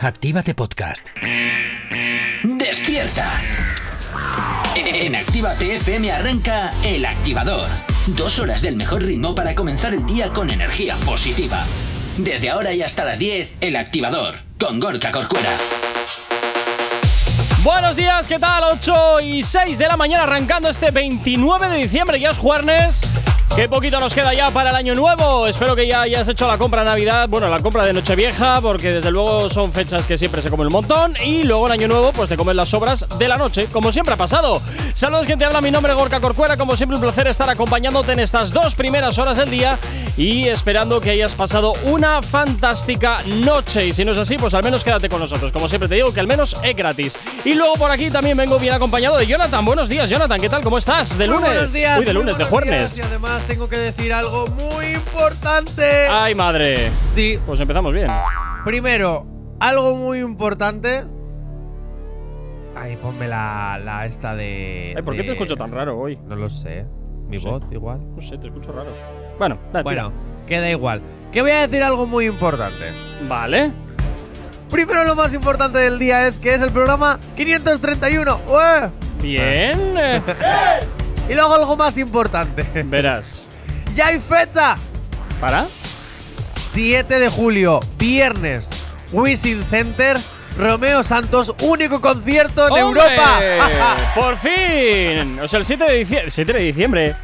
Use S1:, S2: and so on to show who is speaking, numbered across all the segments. S1: Actívate Podcast.
S2: ¡Despierta! En Actívate FM arranca El Activador. Dos horas del mejor ritmo para comenzar el día con energía positiva. Desde ahora y hasta las 10, El Activador, con Gorka Corcuera.
S3: Buenos días, ¿qué tal? 8 y 6 de la mañana arrancando este 29 de diciembre, ya es jueves. Qué poquito nos queda ya para el año nuevo. Espero que ya hayas hecho la compra de Navidad, bueno, la compra de Nochevieja, porque desde luego son fechas que siempre se come un montón. Y luego el año nuevo, pues te comes las sobras de la noche, como siempre ha pasado. Saludos, quien te habla, mi nombre es Gorka Corcuera. Como siempre, un placer estar acompañándote en estas dos primeras horas del día y esperando que hayas pasado una fantástica noche. Y si no es así, pues al menos quédate con nosotros. Como siempre te digo, que al menos es gratis. Y luego por aquí también vengo bien acompañado de Jonathan. Buenos días, Jonathan. ¿Qué tal? ¿Cómo estás? De
S4: Muy
S3: lunes.
S4: buenos días,
S3: Uy, de
S4: muy
S3: lunes, de
S4: buenos
S3: jueves.
S4: días, Y además tengo que decir algo muy importante.
S3: Ay, madre.
S4: Sí,
S3: Pues empezamos bien.
S4: primero, algo muy importante. Ay, ponme la, la esta de.
S3: Ay, ¿Por qué te
S4: de-
S3: escucho tan raro hoy?
S4: No lo sé. Mi
S3: Sí. Ah,
S4: voz igual.
S3: No sé, te escucho raro. Bueno, da,
S4: Bueno, queda igual. Que voy a decir algo muy importante.
S3: tira. Vale.
S4: Primero, lo más importante del día es que es el programa 531. ¡Ué!
S3: Bien. eh.
S4: ¡eh! Ah. Y luego algo más importante.
S3: Verás.
S4: ¡Ya hay fecha!
S3: ¿Para?
S4: 7 de julio, viernes, Wisin Center, Romeo Santos, único concierto en
S3: ¡Hombre!
S4: Europa.
S3: ¡Por fin! O sea, el 7 de diciembre. 7 de diciembre.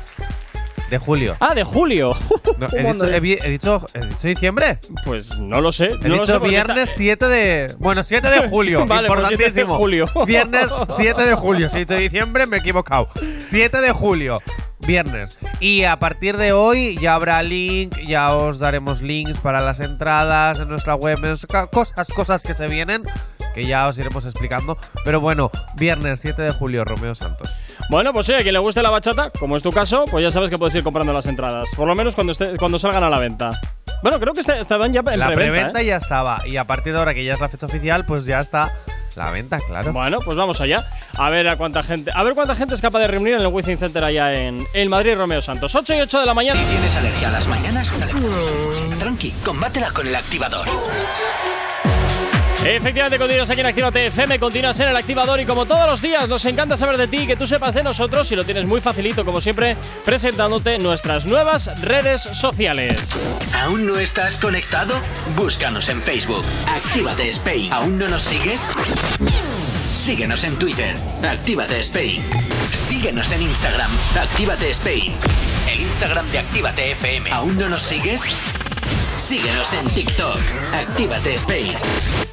S4: de julio.
S3: Ah, de julio.
S4: No, este- he, dicho, he vi- he dicho- he dicho diciembre.
S3: Pues no lo sé.
S4: He
S3: no lo sé
S4: dicho
S3: porque está-
S4: viernes 7 de. Bueno, 7 de julio.
S3: Vale, pues 7 de
S4: importantísimo.
S3: julio.
S4: viernes 7 de julio. Si he dicho diciembre, me he equivocado. 7 de julio. Viernes. Y a partir de hoy ya habrá link, ya os daremos links para las entradas en nuestra web, en ca- cosas, cosas que se vienen, que ya os iremos explicando. Pero bueno, viernes 7 de julio, Romeo Santos.
S3: Bueno, pues sí, a quien le guste la bachata, como es tu caso, pues ya sabes que puedes ir comprando las entradas. Por lo menos cuando, esté- cuando salgan a la venta. Bueno, creo que est- estaban ya en
S4: la
S3: preventa,
S4: preventa
S3: ¿eh?
S4: ya estaba. Y a partir de ahora que ya es la fecha oficial, pues ya está la venta, claro.
S3: Bueno, pues vamos allá. A ver a cuánta gente, a ver cuánta gente es capaz de reunir en el Wizzing Center allá en el Madrid Romeo Santos. 8 y 8 de la mañana.
S2: Si tienes alergia a las mañanas, dale. tranqui, combátela con el activador.
S3: Efectivamente, continúas aquí en Actívate FM, continúas en el activador y como todos los días nos encanta saber de ti, que tú sepas de nosotros y lo tienes muy facilito como siempre presentándote nuestras nuevas redes sociales.
S2: ¿Aún no estás conectado? Búscanos en Facebook. Actívate Spain. ¿Aún no nos sigues? Síguenos en Twitter. Actívate Spain. Síguenos en Instagram. Actívate Spain. El Instagram de Actívate FM. ¿Aún no nos sigues? Síguenos en TikTok. Actívate Spain.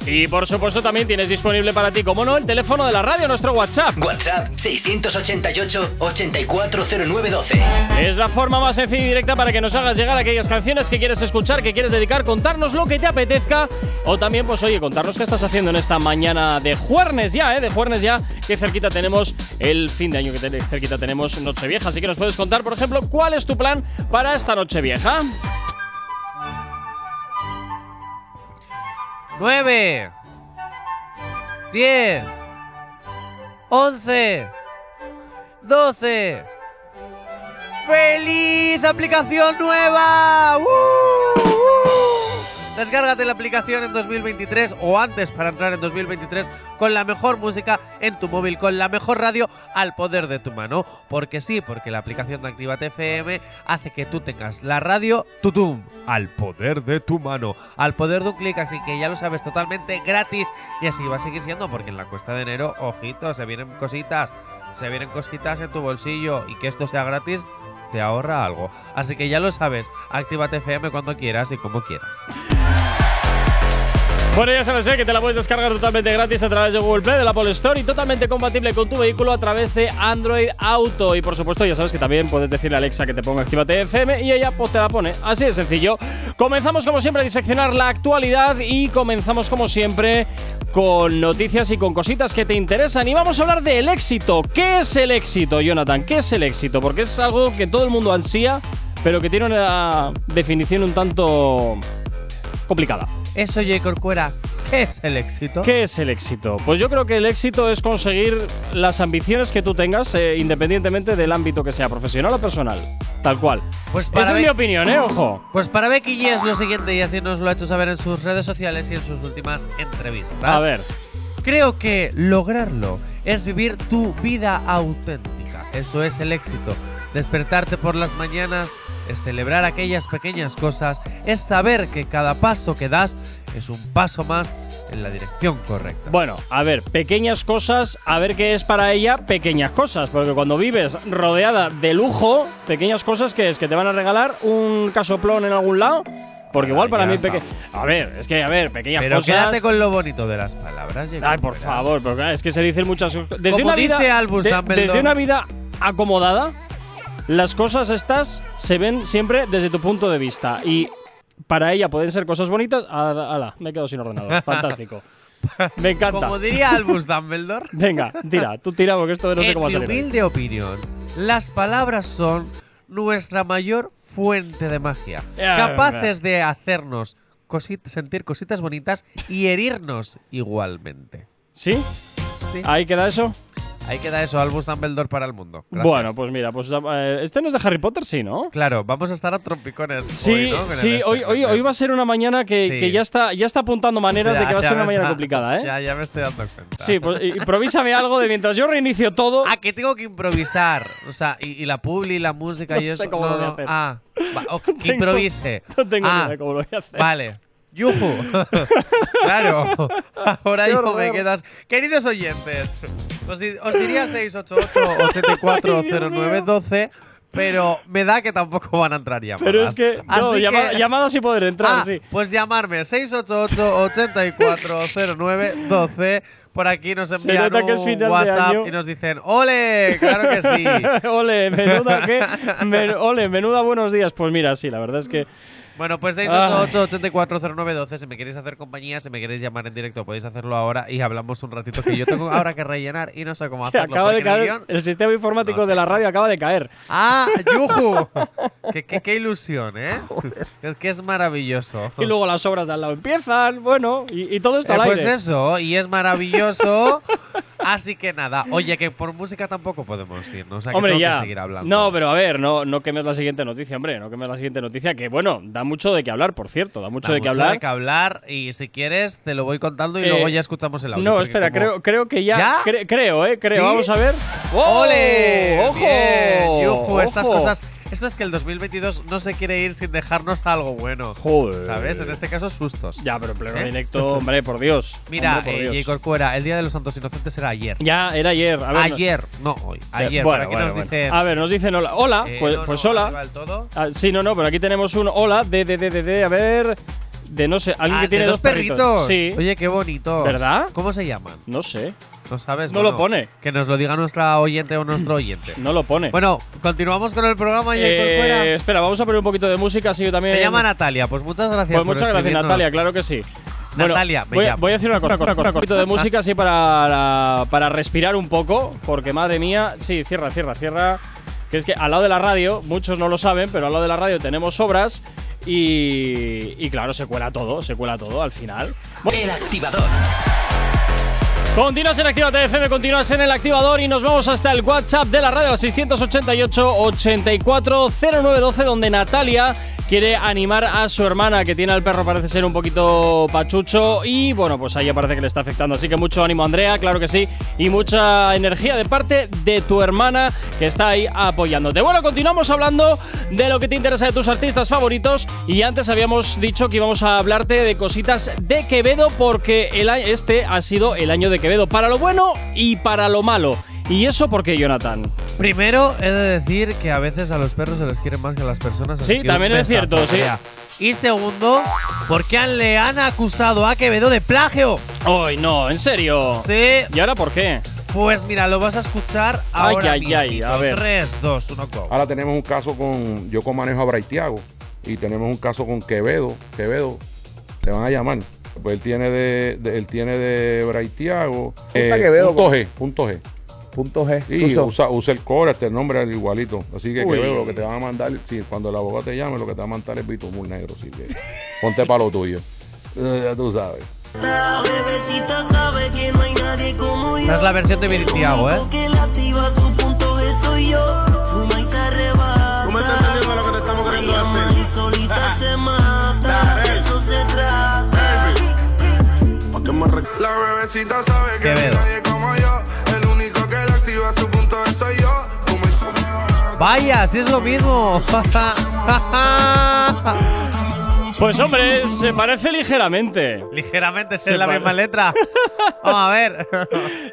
S3: Y por supuesto también tienes disponible para ti, como no, el teléfono de la radio, nuestro WhatsApp.
S2: WhatsApp 688 840912.
S3: Es la forma más sencilla y directa para que nos hagas llegar aquellas canciones que quieres escuchar, que quieres dedicar, contarnos lo que te apetezca o también, pues oye, contarnos qué estás haciendo en esta mañana de jueves ya, ¿eh? De jueves ya, que cerquita tenemos el fin de año, que te- cerquita tenemos Nochevieja. Así que nos puedes contar, por ejemplo, cuál es tu plan para esta Nochevieja.
S4: 9, 10, 11, 12. ¡Feliz aplicación nueva! ¡Uh! Descárgate la aplicación en 2023 o antes para entrar en 2023 con la mejor música en tu móvil, con la mejor radio al poder de tu mano. Porque sí, porque la aplicación de Actívate FM hace que tú tengas la radio tutum al poder de tu mano, al poder de un clic. Así que ya lo sabes, totalmente gratis. Y así va a seguir siendo porque en la cuesta de enero, ojito, se vienen cositas. Se vienen cositas en tu bolsillo y que esto sea gratis te ahorra algo. Así que ya lo sabes, actívate FM cuando quieras y como quieras.
S3: Bueno, ya sabes ¿eh? que te la puedes descargar totalmente gratis a través de Google Play, de la Apple Store y totalmente compatible con tu vehículo a través de Android Auto. Y por supuesto, ya sabes que también puedes decirle a Alexa que te ponga Actívate FM y ella pues, te la pone. Así de sencillo. Comenzamos como siempre a diseccionar la actualidad y comenzamos como siempre con noticias y con cositas que te interesan. Y vamos a hablar del éxito. ¿Qué es el éxito, Jonathan? ¿Qué es el éxito? Porque es algo que todo el mundo ansía, pero que tiene una definición un tanto complicada.
S4: Eso, J. Corcuera, ¿Qué es el éxito?
S3: ¿Qué es el éxito? Pues yo creo que el éxito es conseguir las ambiciones que tú tengas, eh, independientemente del ámbito que sea, profesional o personal. Tal cual.
S4: Pues para
S3: Esa es
S4: Be-
S3: mi opinión, ¿eh? Ojo.
S4: Pues para Becky G es lo siguiente y así nos lo ha hecho saber en sus redes sociales y en sus últimas entrevistas.
S3: A ver.
S4: Creo que lograrlo es vivir tu vida auténtica. Eso es el éxito. Despertarte por las mañanas es celebrar aquellas pequeñas cosas, es saber que cada paso que das es un paso más en la dirección correcta.
S3: Bueno, a ver, pequeñas cosas, a ver qué es para ella pequeñas cosas, porque cuando vives rodeada de lujo, pequeñas cosas que es que te van a regalar un casoplón en algún lado, porque
S4: Ah,
S3: igual para
S4: ya
S3: mí
S4: está.
S3: peque A ver, es que a ver, pequeñas
S4: Pero
S3: cosas.
S4: quédate con lo bonito de las palabras. Diego
S3: Ay, por
S4: Rivera.
S3: favor, porque claro, es que se dicen muchas cosas. Desde
S4: Como
S3: una vida
S4: dice Albus Dumbledore.
S3: desde una vida acomodada, las cosas estas se ven siempre desde tu punto de vista y para ella pueden ser cosas bonitas. Ala, ala, me quedo sin ordenador. Fantástico. Me encanta.
S4: Como diría Albus Dumbledore,
S3: Venga, tira, tú tira porque esto no sé
S4: en
S3: cómo va a
S4: mi
S3: salir. hoy.
S4: humilde opinión, las palabras son nuestra mayor fuente de magia.
S3: Ya,
S4: capaces de hacernos cosit- sentir cositas bonitas y herirnos igualmente.
S3: ¿Sí?
S4: Sí.
S3: ¿Ahí queda eso?
S4: Ahí queda eso, Albus Dumbledore para el mundo. Gracias.
S3: Bueno, pues mira, pues eh, este no es de Harry Potter, sí, ¿no?
S4: Claro, vamos a estar a trompicones.
S3: Sí,
S4: hoy, ¿no? Con el
S3: sí,
S4: este
S3: hoy, hoy,
S4: tema.
S3: hoy va a ser una mañana que,
S4: Sí.
S3: que ya, está, ya está apuntando maneras de
S4: Ya,
S3: que va a
S4: ya
S3: ser una
S4: me
S3: mañana
S4: está-
S3: complicada, ¿eh?
S4: Ya, ya me estoy dando cuenta.
S3: Sí, pues i- improvísame algo de mientras yo reinicio todo.
S4: Ah, que tengo que improvisar. O sea, y, y la publi, la música
S3: No
S4: y eso.
S3: sé cómo lo voy a hacer.
S4: Ah, va, ok, que
S3: Tengo-
S4: improvise.
S3: No tengo ni
S4: Ah,
S3: idea de cómo lo voy a hacer.
S4: Vale. Yuju. claro. Ahora
S3: Qué
S4: yo me
S3: horror.
S4: quedas. Queridos oyentes, os, di- os diría 688-8409-12, pero me da que tampoco van a entrar llamadas.
S3: Pero es que.
S4: Así
S3: No, llama-
S4: que-
S3: llamadas y poder entrar,
S4: Ah,
S3: sí.
S4: Pues llamarme 688-8409-12. Por aquí nos
S3: Se
S4: envían
S3: nota que es
S4: un
S3: final de año.
S4: WhatsApp y nos dicen ¡Ole! ¡Claro que sí!
S3: ole, menuda, ¿qué? Men- ole, menuda buenos días. Pues mira, sí, la verdad es que.
S4: Bueno, pues 688-8409-12. Si me queréis hacer compañía, si me queréis llamar en directo, podéis hacerlo ahora y hablamos un ratito que yo tengo ahora que rellenar y no sé cómo
S3: que
S4: hacerlo.
S3: acaba de
S4: porque el
S3: caer.
S4: guión-
S3: El sistema informático
S4: No
S3: de la radio acaba de caer.
S4: ¡Ah! ¡Yuju! qué, qué- qué ilusión, ¿eh? Es que es maravilloso.
S3: Y luego las obras de al lado empiezan, bueno, y, y todo esto
S4: Ah. Eh,
S3: al
S4: pues
S3: aire.
S4: eso, y es maravilloso. Así que nada, oye, que por música tampoco podemos irnos. O sea, que
S3: Hombre,
S4: tengo que
S3: ya.
S4: seguir hablando.
S3: No, pero a ver, no, no quemes la siguiente noticia, hombre. No quemes la siguiente noticia, que bueno, da mucho de qué hablar, por cierto. Da mucho
S4: Da
S3: de qué hablar.
S4: de qué hablar. Y si quieres, te lo voy contando y
S3: Eh,
S4: luego ya escuchamos el audio.
S3: No,
S4: porque
S3: espera,
S4: como-
S3: creo, creo que ya.
S4: ¿Ya?
S3: cre- creo, eh, creo.
S4: ¿Sí?
S3: Vamos a ver. ¡Oh!
S4: ¡Ole!
S3: ¡Ojo!
S4: Bien, yujú, Estas
S3: ¡Ojo!
S4: cosas. Esto es que el 2022 no se quiere ir sin dejarnos algo bueno.
S3: Joder.
S4: ¿Sabes? En este caso, sustos.
S3: Ya, pero en pleno
S4: ¿Eh?
S3: directo, hombre, por Dios.
S4: Mira,
S3: Hombre, por
S4: eh,
S3: Dios.
S4: J. Corcuera, el Día de los Santos Inocentes era ayer.
S3: Ya, era ayer. A ver, no-
S4: ayer, no hoy.
S3: Eh,
S4: Ayer.
S3: bueno,
S4: Por aquí
S3: bueno,
S4: nos
S3: bueno.
S4: dicen.
S3: A ver, nos dicen hola. Hola,
S4: eh,
S3: pues,
S4: no,
S3: pues
S4: no,
S3: hola.
S4: arriba del todo.
S3: Ah, sí, no, no, pero aquí tenemos un hola de, de, de, de, de, a ver. De no sé, alguien
S4: Ah,
S3: que tiene
S4: de
S3: dos perritos. Sí.
S4: Oye, qué bonito.
S3: ¿Verdad?
S4: ¿Cómo se llaman?
S3: No sé,
S4: No sabes.
S3: No
S4: Bueno,
S3: lo pone.
S4: Que nos lo diga nuestra oyente o nuestro oyente.
S3: no lo pone.
S4: Bueno, continuamos con el programa. Jacob
S3: Eh,
S4: Fuera.
S3: espera, vamos a poner un poquito de música, así yo también.
S4: Se llama Natalia. Pues muchas gracias.
S3: Pues
S4: por
S3: muchas gracias,
S4: escribirnos.
S3: Natalia, claro que sí. Bueno,
S4: Natalia, me
S3: voy, a-
S4: llamo.
S3: voy a decir una cosa, una cosa, un poquito de música así para, para respirar un poco, porque madre mía, sí, cierra, cierra, cierra. Que es que al lado de la radio, muchos no lo saben, pero al lado de la radio tenemos obras y, y claro, se cuela todo, se cuela todo al final. Bueno,
S2: El activador.
S3: Continúas en Actívate FM, continúas en el activador y nos vamos hasta el WhatsApp de la radio al 688-840912, donde Natalia quiere animar a su hermana que tiene al perro, parece ser un poquito pachucho y bueno, pues a ella parece que le está afectando. Así que mucho ánimo, Andrea, claro que sí, y mucha energía de parte de tu hermana que está ahí apoyándote. Bueno, continuamos hablando de lo que te interesa de tus artistas favoritos y antes habíamos dicho que íbamos a hablarte de cositas de Quevedo porque el a- este ha sido el año de Quevedo para lo bueno y para lo malo. ¿Y eso por qué, Jonathan?
S4: Primero, he de decir que a veces a los perros se les quiere más que a las personas. así
S3: Sí,
S4: que
S3: también
S4: un
S3: es cierto,
S4: besazo,
S3: sí.
S4: Andrea. Y segundo, porque han- le han acusado a Quevedo de plagio.
S3: Ay, no, en serio.
S4: Sí,
S3: ¿Y ahora por qué?
S4: pues mira, lo vas a escuchar
S3: Ay,
S4: ahora
S3: ay, ay,
S4: mismito.
S3: a ver.
S4: 3, 2, 1, go.
S1: Ahora tenemos un caso con, yo con manejo a Braithiago y tenemos un caso con Quevedo. Quevedo, le van a llamar. Pues él tiene de, de- él tiene de Braithiago. eh,
S5: Quevedo,
S1: punto
S5: con-
S1: G, punto G.
S5: Punto G.
S1: Y
S5: Incluso,
S1: usa, usa el core, este nombre es igualito. Así que
S3: Uy.
S1: Quevedo, lo que te van a mandar, si cuando el abogado te llame, lo que te va a mandar es bitumul negro. Así que ponte para lo tuyo. Eh, Ya tú sabes.
S4: Esta es la versión de Virtiago, ¿eh?
S5: Tú me estás entendiendo lo que te estamos queriendo Ah. hacer. Ajá. Dale. Baby. Pa' que me re-
S6: La bebecita sabe que no hay
S4: Quevedo.
S6: nadie como yo. El único que le activa su punto de soy yo. Como el sol-
S4: Vaya, si es lo mismo.
S3: Pues hombre, se parece ligeramente.
S4: Ligeramente
S3: Se
S4: es la
S3: pare-
S4: misma letra. Vamos a ver.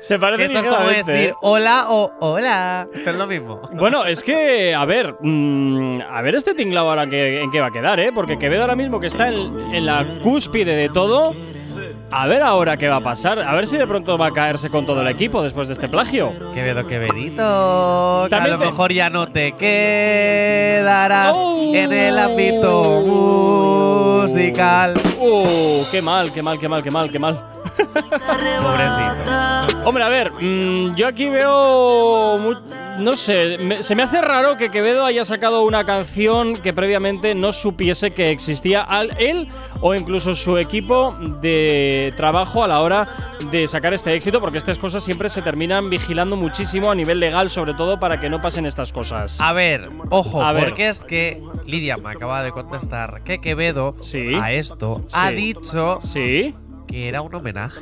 S3: Se parece
S4: Esto es como
S3: ligeramente. ¿eh?
S4: decir hola o hola. Es lo mismo.
S3: Bueno, es que, a ver, mm, a ver este tinglado ahora que, en qué va a quedar, ¿eh? Porque Quevedo ahora mismo que está en, en la cúspide de todo, a ver ahora qué va a pasar, a ver si de pronto va a caerse con todo el equipo después de este plagio.
S4: Quevedo, Quevedito. Que a
S3: También
S4: lo
S3: te-
S4: mejor ya no te quedarás
S3: Oh.
S4: en el ámbito musical.
S3: ¡Uh! ¡Qué mal, qué mal, qué mal, qué mal, qué mal!
S4: Pobrecito.
S3: Hombre, a ver, mm, yo aquí veo. mu- No sé, me- se me hace raro que Quevedo haya sacado una canción que previamente no supiese que existía al él o incluso su equipo de trabajo a la hora de sacar este éxito, porque estas cosas siempre se terminan vigilando muchísimo a nivel legal, sobre todo para que no pasen estas cosas.
S4: A ver, ojo,
S3: A ver.
S4: porque es que Lidia me acaba de contestar que Quevedo
S3: Sí.
S4: a esto ha
S3: Sí.
S4: dicho
S3: ¿Sí?
S4: que era un homenaje.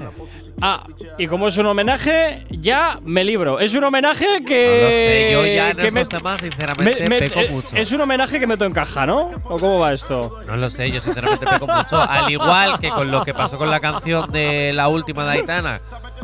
S3: Ah, y como es un homenaje, ya me libro. Es un homenaje que.
S4: no lo sé, yo ya en
S3: Eh, que me-
S4: estos temas
S3: Me-
S4: sinceramente
S3: me-
S4: peco
S3: eh,
S4: mucho.
S3: es un homenaje que meto en caja, ¿no? ¿O cómo va esto?
S4: No lo sé, yo sinceramente peco mucho. Al igual que con lo que pasó con la canción de la última de Aitana,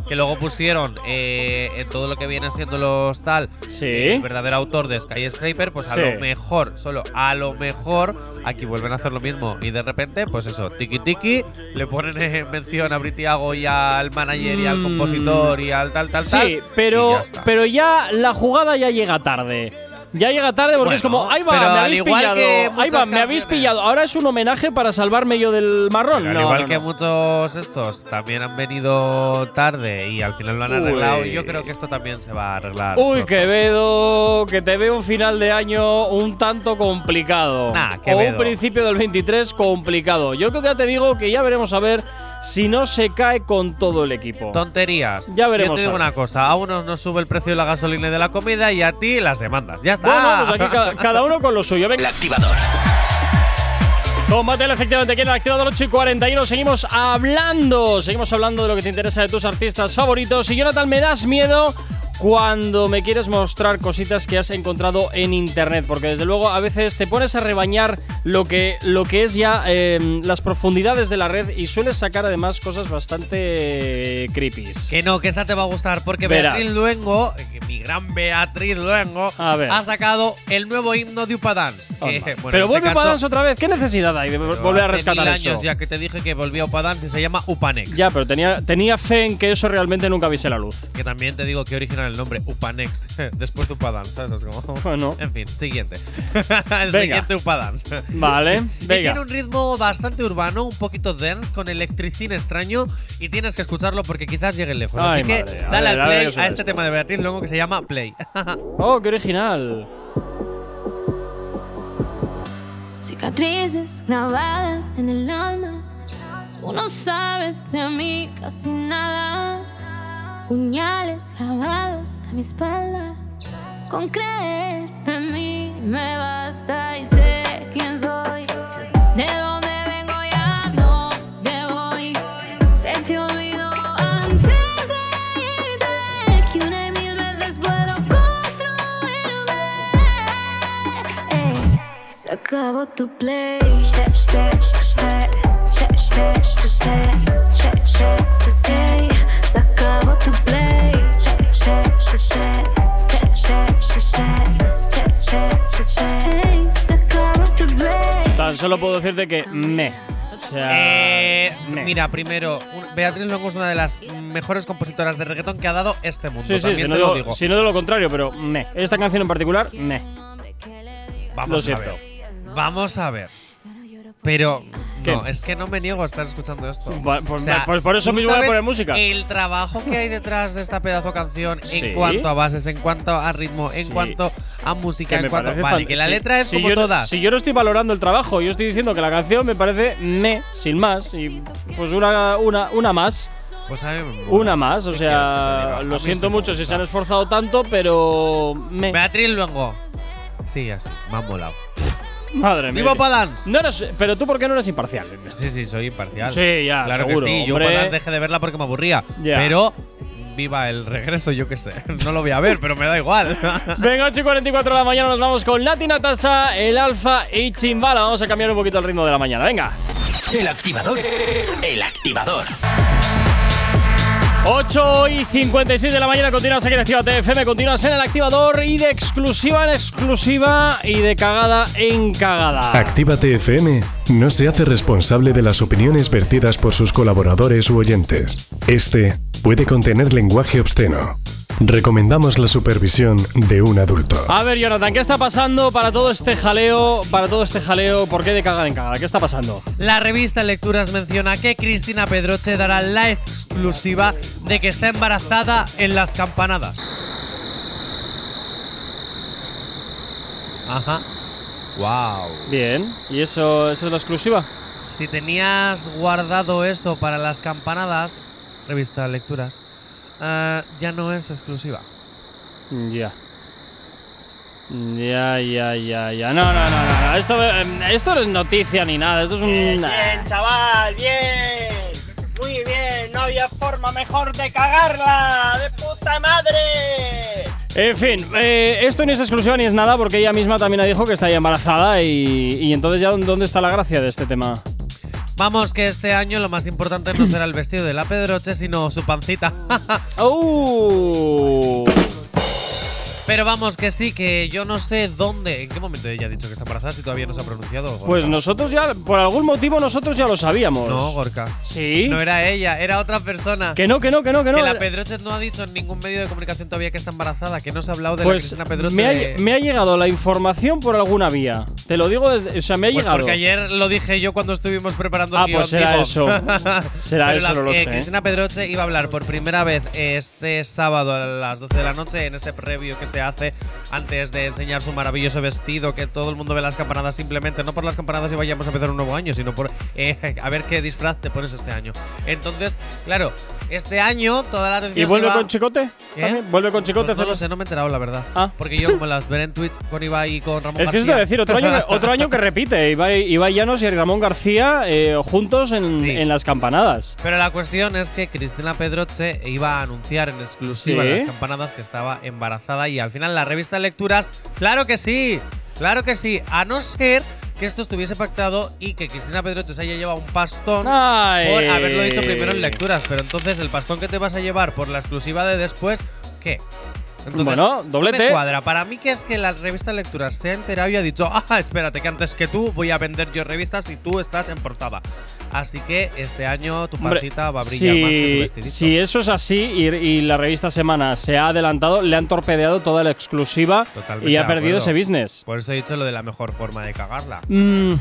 S4: que luego pusieron eh, en todo lo que viene siendo los tal, eh,
S3: Sí.
S4: el verdadero autor de Skyscraper, pues a
S3: Sí.
S4: lo mejor, solo a lo mejor, aquí vuelven a hacer lo mismo. Y de repente, pues eso, tiki tiki, le ponen en mención a Britiago y al manager y al
S3: Mm.
S4: compositor y al tal, tal, tal.
S3: Sí,
S4: y
S3: pero
S4: ya está.
S3: pero ya la jugada ya llega tarde. Ya llega tarde porque es
S4: Bueno,
S3: como, ahí va,
S4: pero
S3: me
S4: al
S3: habéis
S4: igual
S3: pillado.
S4: que
S3: Ahí va,
S4: muchas
S3: me habéis
S4: canciones.
S3: pillado. Ahora es un homenaje para salvarme yo del marrón.
S4: Pero al
S3: No,
S4: igual
S3: no,
S4: que
S3: no.
S4: muchos estos también han venido tarde y al final lo han
S3: Uy.
S4: arreglado, yo creo que esto también se va a arreglar.
S3: Uy,
S4: pronto.
S3: Quevedo, que te veo un final de año un tanto complicado.
S4: Nah,
S3: o
S4: Quevedo.
S3: un principio del 23 complicado. Yo creo que ya te digo que ya veremos a ver si no se cae con todo el equipo.
S4: Tonterías.
S3: Ya veremos
S4: Yo te digo
S3: a ver.
S4: una cosa: a unos nos sube el precio de la gasolina y de la comida y a ti las demandas. Ya está.
S3: Bueno, vamos aquí cada, cada uno con lo suyo.
S2: El
S3: Venga,
S2: activador.
S3: Combatele efectivamente aquí en el activador 8 y 41. Seguimos hablando, seguimos hablando de lo que te interesa de tus artistas favoritos. Y Jonathan, me das miedo cuando me quieres mostrar cositas que has encontrado en internet, porque desde luego a veces te pones a rebañar lo que, lo que es ya eh, las profundidades de la red y sueles sacar además cosas bastante eh, creepy.
S4: Que no, que esta te va a gustar porque
S3: Verás.
S4: Beatriz Luengo, eh, mi gran Beatriz Luengo,
S3: A ver.
S4: ha sacado el nuevo himno de Upadance.
S3: Anda.
S4: Eh, bueno, en
S3: Pero
S4: este
S3: vuelve
S4: caso,
S3: para Dance otra vez. ¿Qué necesidad hay de vol-
S4: pero
S3: volver a
S4: hace
S3: rescatar
S4: mil
S3: eso?
S4: años ya que te dije que volvía a Upadance y se llama Upanex.
S3: Ya, pero tenía, tenía fe en que eso realmente nunca viese la luz.
S4: Que también te digo que original el nombre, Upanex. Después de Upadance, ¿sabes? Es como-
S3: Bueno.
S4: En fin, siguiente.
S3: Venga.
S4: el siguiente Upadance.
S3: Vale,
S4: Y
S3: venga.
S4: tiene un ritmo bastante urbano, un poquito dance, con electricín extraño. Y tienes que escucharlo porque quizás llegue lejos.
S3: Ay,
S4: Así que
S3: madre. A
S4: dale
S3: ver, a
S4: al
S3: ver
S4: play
S3: qué suena
S4: a este
S3: esto.
S4: tema de Beatriz Luego que se llama Play.
S3: Oh, qué original.
S7: Cicatrices grabadas en el alma. Tú no sabes de mí casi nada. Puñales clavados a mi espalda. Con creer en mí me basta y sé quién soy. De dónde vengo y a dónde voy. Se te olvidó antes de irte que una y mil veces puedo construirme. Ey, Eh, se acabó tu play. Se, se, se, se, se, se, se, se, se, se. Se acabó tu play. Se, se, se, se, se, se, se, se, se, se, se, se. Ey, se acabó tu play.
S3: Tan solo puedo decirte que me. O sea,
S4: Eh,
S3: me.
S4: mira, primero, un- Beatriz Luengo es una de las mejores compositoras de reggaetón que ha dado este mundo.
S3: Sí, sí,
S4: también
S3: si
S4: te
S3: no,
S4: lo
S3: digo,
S4: digo.
S3: si no de lo contrario, pero me. Esta canción en particular, me.
S4: Vamos
S3: lo
S4: a
S3: siento.
S4: ver. Vamos a ver. Pero
S3: ¿Qué?
S4: no, es que no me niego a estar escuchando esto.
S3: Va- pues na- pues por eso
S4: tú
S3: mismo voy a
S4: sabes
S3: poner música.
S4: El trabajo que hay detrás de esta pedazo canción en
S3: Sí.
S4: cuanto a bases, en cuanto a ritmo, en
S3: Sí.
S4: cuanto a música,
S3: Que me
S4: en cuanto
S3: parece
S4: vale,
S3: fan-
S4: que la
S3: si-
S4: letra es
S3: si
S4: como
S3: yo no-
S4: todas.
S3: Si yo no estoy valorando el trabajo, yo estoy diciendo que la canción me parece me, sin más. Y pues una, una, una más.
S4: Pues a mí me mola.
S3: Una más. O
S4: ¿Qué quieres que te diga?
S3: sea,
S4: A
S3: lo
S4: mí
S3: siento
S4: sí me
S3: mucho si
S4: gusta.
S3: se han esforzado tanto, pero me.
S4: Beatriz Luengo. Sí, así. Me ha molado.
S3: Madre mía.
S4: ¡Viva Padans!
S3: No eres- pero tú, ¿por qué no eres imparcial? en esto?
S4: Sí, sí, soy imparcial.
S3: Sí, ya,
S4: claro
S3: seguro,
S4: que sí. Yo
S3: hombre.
S4: Padans dejé de verla porque me aburría.
S3: Ya.
S4: Pero viva el regreso, yo qué sé. No lo voy a ver, pero me da igual.
S3: Venga, 8 y 44 de la mañana, nos vamos con Nati Natasha, el Alfa y Chimbala. Vamos a cambiar un poquito el ritmo de la mañana, venga.
S2: El activador. El activador.
S3: 8 y 56 de la mañana, continúas aquí en Activa TFM, continúas en el activador y de exclusiva en exclusiva y de cagada en cagada.
S8: Actívate FM no se hace responsable de las opiniones vertidas por sus colaboradores u oyentes. Este puede contener lenguaje obsceno. Recomendamos la supervisión de un adulto.
S3: A ver, Jonathan, ¿qué está pasando para todo este jaleo? Para todo este jaleo, ¿por qué de cagada en cagada? ¿Qué está pasando?
S4: La revista Lecturas menciona que Cristina Pedroche dará la exclusiva de que está embarazada en las campanadas. Ajá. Wow.
S3: Bien, ¿y eso, eso es la exclusiva?
S4: Si tenías guardado eso para las campanadas, revista Lecturas, eh, ya no es exclusiva.
S3: Ya. Ya, ya, ya, ya. No, no, no, no. no. Esto, em, esto no es noticia ni nada. Esto es un.
S9: chaval, bien. Muy bien, no había forma mejor de cagarla. ¡De puta madre!
S3: En fin, eh, esto ni es exclusiva ni es nada porque ella misma también dijo que está ya embarazada y, y entonces ya dónde está la gracia de este tema.
S4: Vamos que este año lo más importante no será el vestido de la Pedroche, sino su pancita.
S3: ¡Oh!
S4: Pero vamos que sí, que yo no sé dónde, en qué momento ella ha dicho que está embarazada si todavía no se ha pronunciado. Gorka.
S3: Pues nosotros ya, por algún motivo nosotros ya lo sabíamos.
S4: No, Gorka.
S3: ¿Sí?
S4: No era ella, era otra persona.
S3: que no, que no, que no, que no.
S4: Que la Pedroche no ha dicho en ningún medio de comunicación todavía que está embarazada, que no se ha hablado de la
S3: pues
S4: Cristina Pedroche.
S3: me
S4: de-
S3: ha, me ha llegado la información por alguna vía. Te lo digo desde. O sea, me ha
S4: Pues
S3: llegado.
S4: porque ayer lo dije yo cuando estuvimos preparando
S3: Ah,
S4: el guión.
S3: pues será
S4: digo.
S3: eso. Será
S4: Pero
S3: eso,
S4: la-
S3: no lo
S4: eh,
S3: sé.
S4: Cristina Pedroche iba a hablar por primera vez este sábado a las 12 de la noche en ese previo que se hace antes de enseñar su maravilloso vestido, que todo el mundo ve las campanadas simplemente, no por las campanadas y vayamos a empezar un nuevo año, sino por eh, a ver qué disfraz te pones este año. Entonces, claro, este año toda la atención
S3: ¿Y
S4: se
S3: vuelve
S4: va-
S3: con Chicote?
S4: ¿Qué?
S3: ¿También? ¿Vuelve con
S4: Pues
S3: Chicote?
S4: no lo sé, no me he enterado, la verdad.
S3: Ah.
S4: Porque yo como las veré en Twitch con Ibai y con Ramón
S3: Es que eso te
S4: García.
S3: iba a decir, otro año, que- otro año que repite, Ibai, Ibai Llanos y Ramón García eh, juntos en,
S4: Sí.
S3: en las campanadas.
S4: Pero la cuestión es que Cristina Pedroche iba a anunciar en exclusiva
S3: Sí.
S4: en las campanadas que estaba embarazada y al final la revista Lecturas, claro que sí, claro que sí, a no ser que esto estuviese pactado y que Cristina Pedroche se haya llevado un pastón
S3: Ay.
S4: por haberlo dicho primero en Lecturas, pero entonces el pastón que te vas a llevar por la exclusiva de después, ¿qué? Entonces,
S3: Bueno,
S4: no me
S3: doblete.
S4: cuadra. Para mí que es que la revista Lecturas se ha enterado y ha dicho, ah, espérate, que antes que tú voy a vender yo revistas y tú estás en portada. Así que este año tu
S3: Hombre,
S4: pancita va a brillar más que tu
S3: si,
S4: vestidito.
S3: si eso es así y, y la revista Semana se ha adelantado, le han torpedeado toda la exclusiva
S4: Totalmente
S3: y
S4: de
S3: ha perdido
S4: acuerdo.
S3: ese business.
S4: Por eso he dicho lo de la mejor forma de cagarla.
S3: Mm,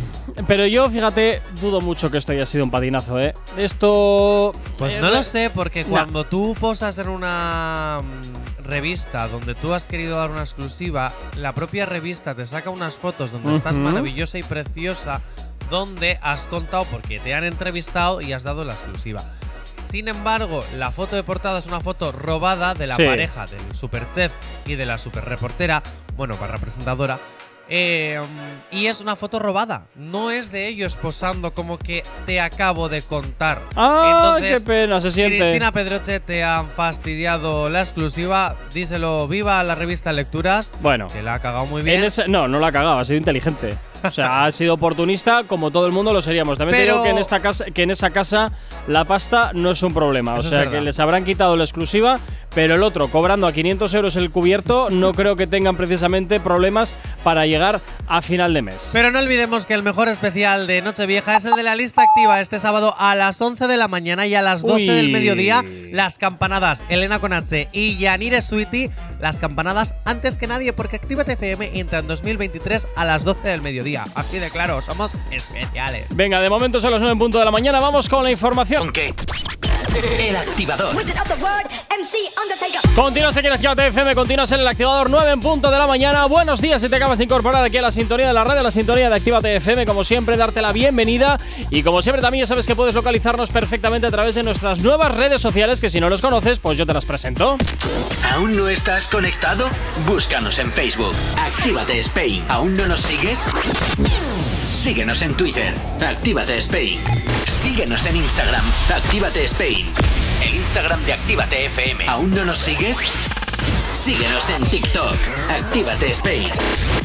S3: pero yo, fíjate, dudo mucho que esto haya sido un patinazo, ¿eh? Esto.
S4: Pues
S3: eh,
S4: no lo sé, porque
S3: no.
S4: cuando tú posas en una mm, revista donde tú has querido dar una exclusiva, la propia revista te saca unas fotos donde estás
S3: Ujú.
S4: maravillosa y preciosa, donde has contado porque te han entrevistado y has dado la exclusiva. Sin embargo, la foto de portada es una foto robada de la
S3: Sí.
S4: pareja del superchef y de la superreportera, bueno, barra presentadora. eh, mm, y es una foto robada, no es de ellos posando como que te acabo de contar.
S3: ¡Ah,
S4: Entonces,
S3: qué pena! Se siente.
S4: Cristina Pedroche, te han fastidiado la exclusiva. Díselo, viva la revista Lecturas.
S3: bueno.
S4: Que la ha cagado muy
S3: En
S4: bien.
S3: ese- no, no la ha cagado, ha sido inteligente. O sea, ha sido oportunista como todo el mundo lo seríamos. También te
S4: Pero-
S3: digo que en, esta casa, que en esa casa la pasta no es un problema. O
S4: Eso es
S3: sea,
S4: verdad.
S3: que les habrán quitado la exclusiva, pero el otro cobrando a 500 euros el cubierto no creo que tengan precisamente problemas para llegar a final de mes.
S4: Pero no olvidemos que el mejor especial de Nochevieja es el de la lista activa este sábado a las 11 de la mañana y a las 12
S3: Uy.
S4: del mediodía. Las campanadas, Elena con H y Yanire Sweetie, las campanadas antes que nadie porque Actívate FM entra en 2023 a las 12 del mediodía. Así de claro, somos especiales.
S3: Venga, de momento son las 9 en punto de la mañana, vamos con la información.
S2: El activador.
S3: Continúas aquí en Actívate FM, continúas en el activador 9 en punto de la mañana. Buenos días si te acabas de incorporar aquí a la sintonía de la radio, a la sintonía de Actívate FM. Como siempre, darte la bienvenida. Y como siempre, también ya sabes que puedes localizarnos perfectamente a través de nuestras nuevas redes sociales, que si no los conoces, pues yo te las presento.
S2: ¿Aún no estás conectado? Búscanos en Facebook. Actívate Spain. ¿Aún no nos sigues? Síguenos en Twitter. Actívate Spain. Síguenos en Instagram. Actívate Spain. El Instagram de Actívate FM. ¿Aún no nos sigues? Síguenos en TikTok. Actívate Spain.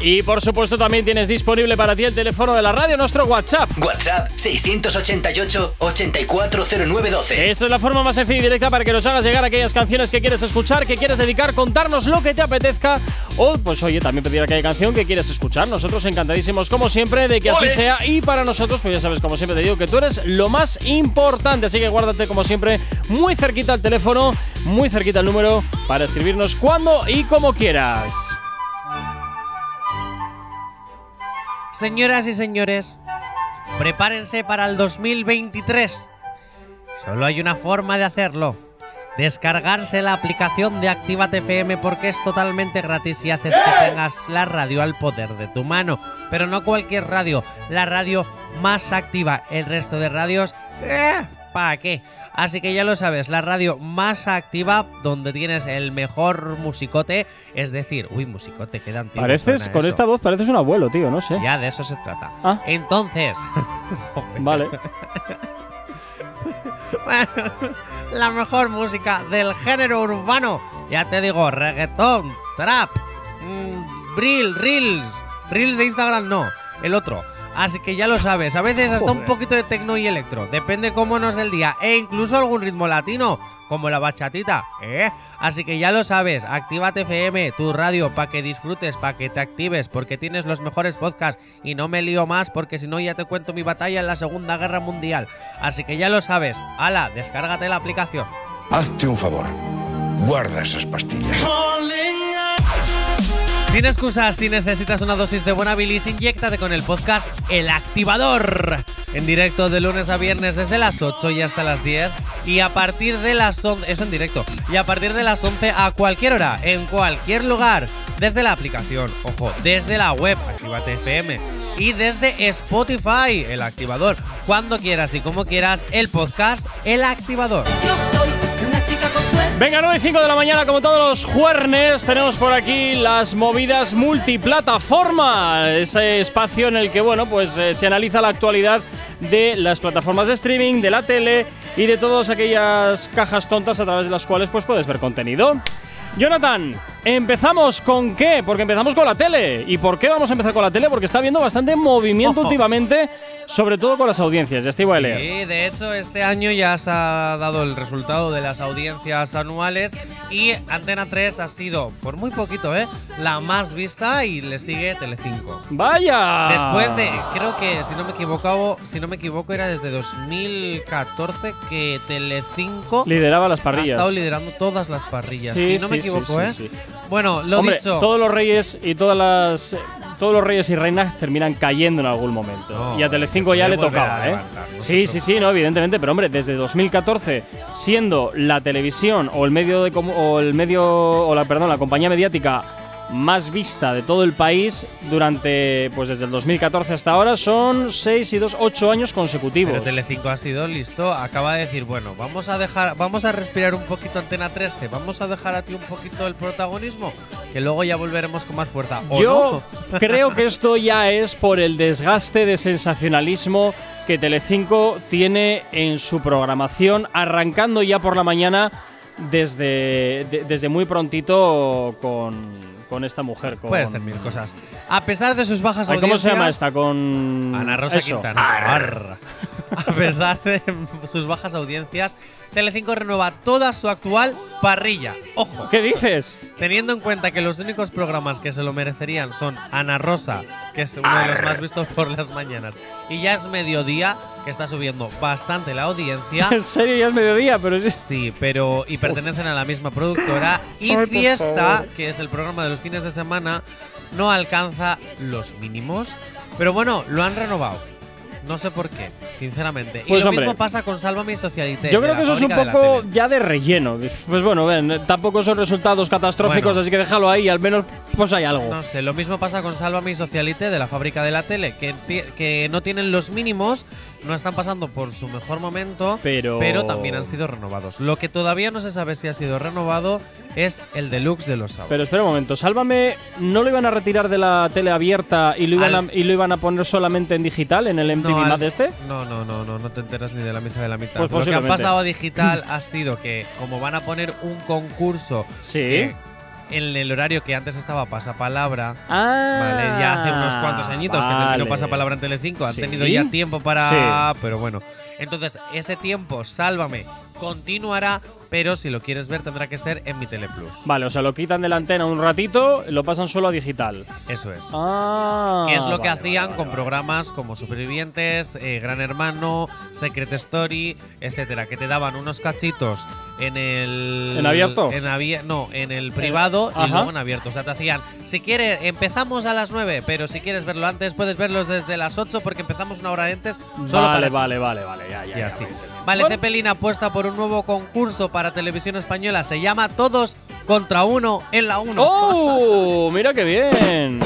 S3: Y por supuesto, también tienes disponible para ti el teléfono de la radio, nuestro WhatsApp.
S2: WhatsApp 688 840912.
S3: Esta es la forma más sencilla y directa para que nos hagas llegar aquellas canciones que quieres escuchar, que quieres dedicar, contarnos lo que te apetezca o, pues oye, también pedir aquella canción que quieres escuchar. Nosotros encantadísimos, como siempre, de que así
S2: ¡Ole!
S3: sea y para nosotros, pues ya sabes, como siempre te digo, que tú eres lo más importante. Así que guárdate, como siempre, muy cerquita al teléfono, muy cerquita al número para escribirnos cuando y como quieras.
S4: Señoras y señores, prepárense para el 2023. Solo hay una forma de hacerlo. Descargarse la aplicación de Actívate FM porque es totalmente gratis y haces que tengas la radio al poder de tu mano. Pero no cualquier radio, la radio más activa. El resto de radios, ¿para qué? Así que ya lo sabes, la radio más activa donde tienes el mejor musicote, es decir, uy, musicote, qué antiguo.
S3: Pareces,
S4: suena
S3: con
S4: eso.
S3: esta voz, pareces un abuelo, tío, no sé.
S4: Ya de eso se trata.
S3: ¿Eh? Ah.
S4: Entonces.
S3: Vale.
S4: bueno, la mejor música del género urbano. Ya te digo, reggaetón, trap, mm, reel, reels. Reels de Instagram no, el otro. Así que ya lo sabes, a veces hasta un
S3: Joder.
S4: poquito de tecno y electro, depende cómo nos del día, e incluso algún ritmo latino, como la bachatita, ¿eh? Así que ya lo sabes, actívate FM, tu radio, para que disfrutes, para que te actives, porque tienes los mejores podcasts, y no me lío más, porque si no ya te cuento mi batalla en la Segunda Guerra Mundial. Así que ya lo sabes, ala, descárgate la aplicación.
S10: Hazte un favor. Guarda esas pastillas.
S4: Sin excusas, si necesitas una dosis de buena bilis, inyéctate con el podcast El Activador. En directo de lunes a viernes desde las 8 y hasta las 10. Y a partir de las 11, eso en directo. Y a partir de las 11 a cualquier hora, en cualquier lugar. Desde la aplicación, ojo, desde la web, Actívate FM. Y desde Spotify, El Activador. Cuando quieras y como quieras, el podcast El Activador.
S3: Venga, 9 y 5 de la mañana, como todos los jueves, tenemos por aquí las movidas multiplataforma, ese espacio en el que, bueno, pues eh, se analiza la actualidad de las plataformas de streaming, de la tele y de todas aquellas cajas tontas a través de las cuales pues puedes ver contenido. Jonathan, ¿empezamos con qué? Porque empezamos con la tele. ¿Y por qué vamos a empezar con la tele? Porque está habiendo bastante movimiento
S4: Ojo.
S3: últimamente, sobre todo con las audiencias. Ya estoy a leer.
S4: Sí, de hecho este año ya se ha dado el resultado de las audiencias anuales y Antena 3 ha sido, por muy poquito, ¿eh? la más vista y le sigue Telecinco.
S3: ¡Vaya!
S4: Después de, creo que si no me equivoco, si no me equivoco era desde 2014 que Telecinco
S3: Lideraba las
S4: ha
S3: parrillas.
S4: estado liderando todas las parrillas.
S3: Sí,
S4: si no me
S3: sí, sí, sí,
S4: equivoco, ¿eh?
S3: sí.
S4: Bueno, lo
S3: Hombre,
S4: dicho.
S3: todos los reyes y todas las todos los reyes y reinas terminan cayendo en algún momento.
S4: No,
S3: y a
S4: se
S3: Telecinco
S4: puede
S3: ya le
S4: volver
S3: tocaba,
S4: a
S3: ¿eh?
S4: levantar, no se
S3: sí, sí, sí, no, evidentemente, pero hombre, desde 2014 siendo la televisión o el medio de comu- o el medio o la perdón, la compañía mediática más vista de todo el país durante pues desde el 2014 hasta ahora son 6 y 2 8 años consecutivos.
S4: Pero Telecinco ha sido listo, acaba de decir, bueno, vamos a dejar, vamos a respirar un poquito Antena 3, te vamos a dejar a ti un poquito el protagonismo, que luego ya volveremos con más fuerza. ¿O
S3: Yo
S4: no?
S3: creo que esto ya es por el desgaste de sensacionalismo que Telecinco tiene en su programación, arrancando ya por la mañana desde, de- desde muy prontito con, con esta mujer. Con,
S4: Puede ser mil cosas. A pesar de sus bajas
S3: Ay, ¿Cómo se llama
S4: audiencias,
S3: esta? Con
S4: Ana Rosa
S3: eso.
S4: Quintana. Arr. A pesar de sus bajas audiencias, Telecinco renueva toda su actual parrilla. Ojo.
S3: ¿Qué dices?
S4: Teniendo en cuenta que los únicos programas que se lo merecerían son Ana Rosa, que es uno de los más vistos por las mañanas, y ya es mediodía, que está subiendo bastante la audiencia.
S3: En serio, ya es mediodía, pero es-
S4: Sí, pero y pertenecen a la misma productora y
S3: Ay, por
S4: Fiesta,
S3: favor.
S4: que es el programa de los fines de semana, no alcanza los mínimos, pero bueno, lo han renovado. No sé por qué, sinceramente. y
S3: Pues,
S4: lo
S3: hombre.
S4: mismo pasa con Sálvame y Socialité.
S3: Yo
S4: de
S3: creo
S4: la
S3: que eso es un
S4: fábrica de la
S3: poco
S4: tele.
S3: ya de relleno. Pues bueno, ven, tampoco son resultados catastróficos,
S4: Bueno.
S3: así que déjalo ahí, al menos pues hay algo.
S4: No sé, lo mismo pasa con Sálvame y Socialité de la fábrica de la tele, que, ti- que no tienen los mínimos, no están pasando por su mejor momento,
S3: Pero-
S4: también han sido renovados. Lo que todavía no se sabe si ha sido renovado es el deluxe de los sábados.
S3: Pero espera un momento, Sálvame, ¿no lo iban a retirar de la tele abierta y lo iban,
S4: Al-
S3: a, y lo iban a poner solamente en digital, en el MTV
S4: No, al-
S3: Mad este?
S4: No, no, no, no, no te enteras ni de la misa de la mitad.
S3: Pues
S4: Lo que han
S3: posiblemente.
S4: pasado a digital ha sido que, como van a poner un concurso
S3: Sí.
S4: que en el horario que antes estaba pasapalabra,
S3: Ah,
S4: vale, ya hace unos cuantos añitos que
S3: vale.
S4: terminó pasapalabra en Telecinco, han
S3: Sí.
S4: tenido ya tiempo para,
S3: Sí.
S4: pero bueno. Entonces, ese tiempo, sálvame, continuará, pero si lo quieres ver tendrá que ser en mi Teleplus.
S3: Vale, o sea, lo quitan de la antena un ratito, lo pasan solo a digital.
S4: Eso es.
S3: Ah,
S4: que es lo que
S3: vale,
S4: hacían
S3: vale,
S4: con
S3: vale,
S4: programas como Supervivientes, eh, Gran Hermano, Secret Story, etcétera, que te daban unos cachitos en el
S3: ¿En abierto?
S4: en abie- no, en el privado y
S3: ajá.
S4: luego en abierto, o sea, te hacían, si quieres empezamos a las 9, pero si quieres verlo antes puedes verlos desde las 8 porque empezamos una hora antes
S3: vale.
S4: solo para
S3: Vale,
S4: ti.
S3: vale, vale, vale, ya, ya.
S4: Y
S3: ya,
S4: así.
S3: vale, vale.
S4: Vale,
S3: Bueno,
S4: Zeppelin apuesta por un nuevo concurso para televisión española, se llama Todos contra uno en la 1.
S3: ¡Oh! Mira qué bien.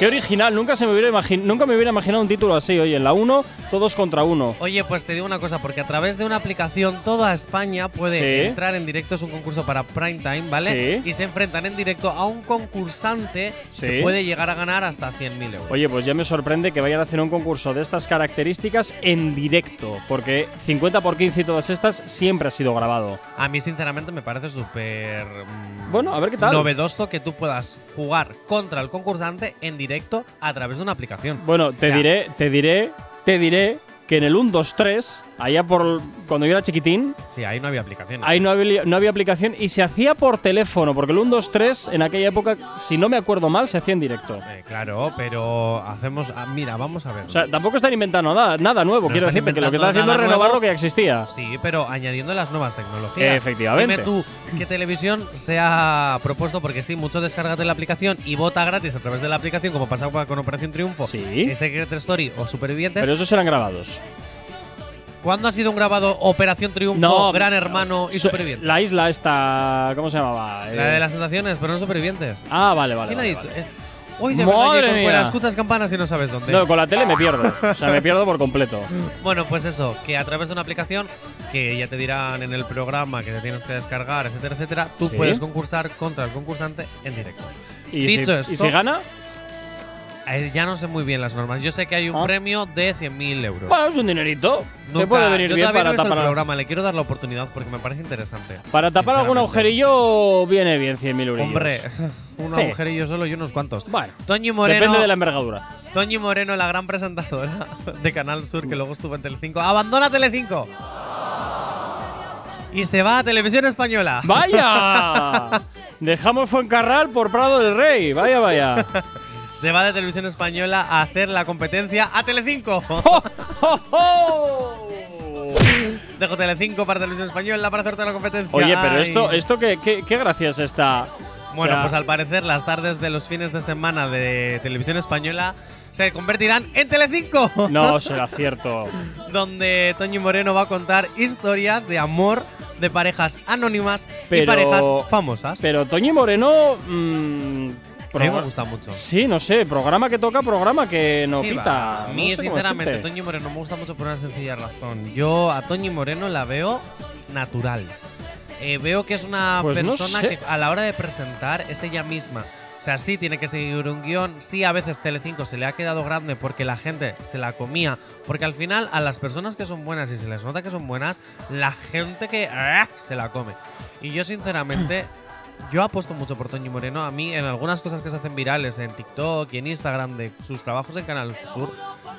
S3: Qué original. Nunca se me hubiera imagin- nunca me hubiera imaginado un título así. Oye, en la 1, todos contra uno.
S4: Oye, pues te digo una cosa, porque a través de una aplicación toda España puede
S3: Sí.
S4: entrar en directo, es un concurso para prime time, ¿vale?
S3: Sí.
S4: Y se enfrentan en directo a un concursante que
S3: Sí.
S4: puede llegar a ganar hasta 100.000 euros.
S3: Oye, pues ya me sorprende que vayan a hacer un concurso de estas características en directo, porque 50 por 15 y todas estas siempre ha sido grabado.
S4: A mí sinceramente me parece súper mm,
S3: Bueno, a ver qué tal.
S4: novedoso que tú puedas jugar contra el concursante en directo a través de una aplicación.
S3: Bueno, te
S4: O sea,
S3: diré, te diré, te diré que en el 1, 2, 3, allá por cuando yo era chiquitín,
S4: Sí, ahí no había aplicación.
S3: ahí no había, no había aplicación y se hacía por teléfono, porque el 1, 2, 3 en aquella época, si no me acuerdo mal, se hacía en directo.
S4: Eh, claro, pero hacemos... ah, mira, vamos a ver.
S3: O sea, tampoco están inventando nada, nada nuevo,
S4: No
S3: quiero
S4: están
S3: decir, porque lo que están haciendo
S4: inventando
S3: es
S4: nada
S3: renovar
S4: nuevo.
S3: lo que ya existía.
S4: Sí, pero añadiendo las nuevas tecnologías.
S3: Efectivamente.
S4: Dime tú qué televisión se ha propuesto, porque sí, mucho descárgate la aplicación y vota gratis a través de la aplicación, como pasaba con Operación Triunfo,
S3: Sí.
S4: eh, Secret Story o Supervivientes.
S3: Pero esos eran grabados.
S4: ¿Cuándo ha sido un grabado Operación Triunfo, Gran Hermano y
S3: su-
S4: Supervivientes?
S3: La isla esta, ¿cómo se llamaba?
S4: La,
S3: Eh,
S4: de las sensaciones, pero no Supervivientes.
S3: Ah, vale, vale.
S4: ¿Quién ha
S3: vale,
S4: dicho?
S3: vale.
S4: Eh, Uy, de verdad,
S3: Madre
S4: Jacob,
S3: mía.
S4: fuera, escuchas campanas y no sabes dónde.
S3: No, con la tele me pierdo. O sea, me pierdo por completo.
S4: Bueno, pues eso, que a través de una aplicación que ya te dirán en el programa que te tienes que descargar, etcétera, etcétera, tú
S3: Sí.
S4: puedes concursar contra el concursante en directo.
S3: Y,
S4: Dicho
S3: si,
S4: esto-
S3: ¿y si gana,
S4: Eh, ya no sé muy bien las normas. Yo sé que hay un
S3: Ah.
S4: premio de 100.000 euros.
S3: bueno, es un dinerito. Te
S4: Nunca-
S3: puede venir
S4: yo
S3: bien
S4: todavía no
S3: para
S4: he visto el
S3: tapar,
S4: programa. Le quiero dar la oportunidad porque me parece interesante.
S3: para tapar algún
S4: Sinceramente.
S3: agujerillo. Viene bien 100.000 euros.
S4: Hombre, un
S3: Sí.
S4: agujerillo solo y unos cuantos.
S3: Bueno,
S4: Toñi Moreno,
S3: depende de la envergadura.
S4: Toñi Moreno, la gran presentadora de Canal Sur que luego estuvo en Telecinco, abandona Telecinco y se va a Televisión Española.
S3: ¡Vaya! Dejamos Fuencarral por Prado del Rey. Vaya, vaya.
S4: Se va de Televisión Española a hacer la competencia a Telecinco. Dejo Telecinco para Televisión Española para hacerte la competencia.
S3: Oye, pero esto,
S4: Ay.
S3: esto qué, qué, qué gracia es esta.
S4: Bueno,
S3: O sea,
S4: pues al parecer las tardes de los fines de semana de Televisión Española se convertirán en Telecinco,
S3: No será cierto.
S4: donde Toño Moreno va a contar historias de amor de parejas anónimas y
S3: Pero-
S4: parejas famosas.
S3: Pero Toñi Moreno. mm,
S4: a mí me
S3: progra-
S4: gusta mucho.
S3: Sí, no sé, programa que toca, programa que no
S4: Sí,
S3: quita.
S4: va. A
S3: No
S4: mí,
S3: sé cómo
S4: sinceramente,
S3: decirte.
S4: Toño Moreno me gusta mucho por una sencilla razón. Yo a Toño Moreno la veo natural. Eh, veo que es una
S3: Pues no
S4: persona
S3: sé.
S4: que a la hora de presentar es ella misma. O sea, sí, tiene que seguir un guión. Sí, a veces Telecinco se le ha quedado grande porque la gente se la comía. Porque al final, a las personas que son buenas y se les nota que son buenas, la gente que ¡ah!, se la come. Y yo, sinceramente, yo apuesto mucho por Toño Moreno. A mí, en algunas cosas que se hacen virales en TikTok y en Instagram de sus trabajos en Canal Sur,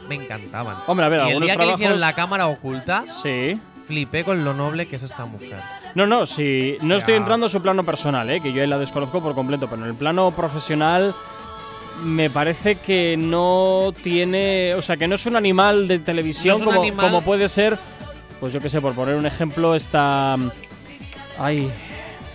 S4: me encantaban.
S3: Hombre, a ver,
S4: Y el
S3: algunos
S4: día que le hicieron
S3: trabajos-
S4: la cámara oculta,
S3: sí.
S4: flipé con lo noble que es esta mujer.
S3: No, no, si no estoy
S4: Ya.
S3: entrando a su plano personal, eh, que yo ahí la desconozco por completo, pero en el plano profesional me parece que no tiene, o sea, que no es un animal de televisión
S4: No es un
S3: como,
S4: animal.
S3: como puede ser, pues yo qué sé, por poner un ejemplo, esta... mm, Ay,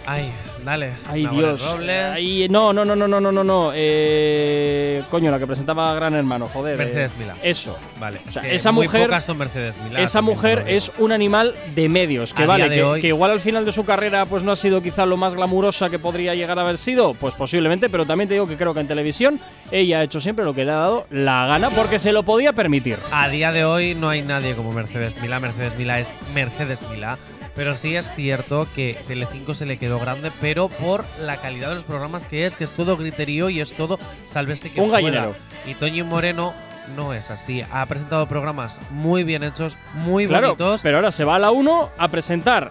S4: Ay, dale.
S3: ay
S4: Nabore
S3: Dios.
S4: Robles.
S3: Ay, no, no, no, no, no, no, no, no. Eh, coño, la que presentaba a Gran Hermano, joder. eh,
S4: Mercedes Milá.
S3: Eso.
S4: Vale.
S3: O sea,
S4: que
S3: esa
S4: muy
S3: mujer...
S4: pocas son Mercedes Milá,
S3: Esa
S4: también te
S3: mujer
S4: lo digo.
S3: es un animal de medios, que
S4: A
S3: vale,
S4: día de
S3: que,
S4: hoy.
S3: que igual al final de su carrera pues no ha sido quizá lo más glamurosa que podría llegar a haber sido, pues posiblemente, pero también te digo que creo que en televisión ella ha hecho siempre lo que le ha dado la gana porque se lo podía permitir.
S4: A día de hoy no hay nadie como Mercedes Milá. Mercedes Milá es Mercedes Milá. Pero sí es cierto que Telecinco se le quedó grande, pero por la calidad de los programas que es, que es todo griterío y es todo sálvese que
S3: Un
S4: pueda.
S3: gallinero.
S4: Y Toño Moreno no es así. Ha presentado programas muy bien hechos, muy
S3: claro,
S4: bonitos,
S3: pero ahora se va a la 1 a presentar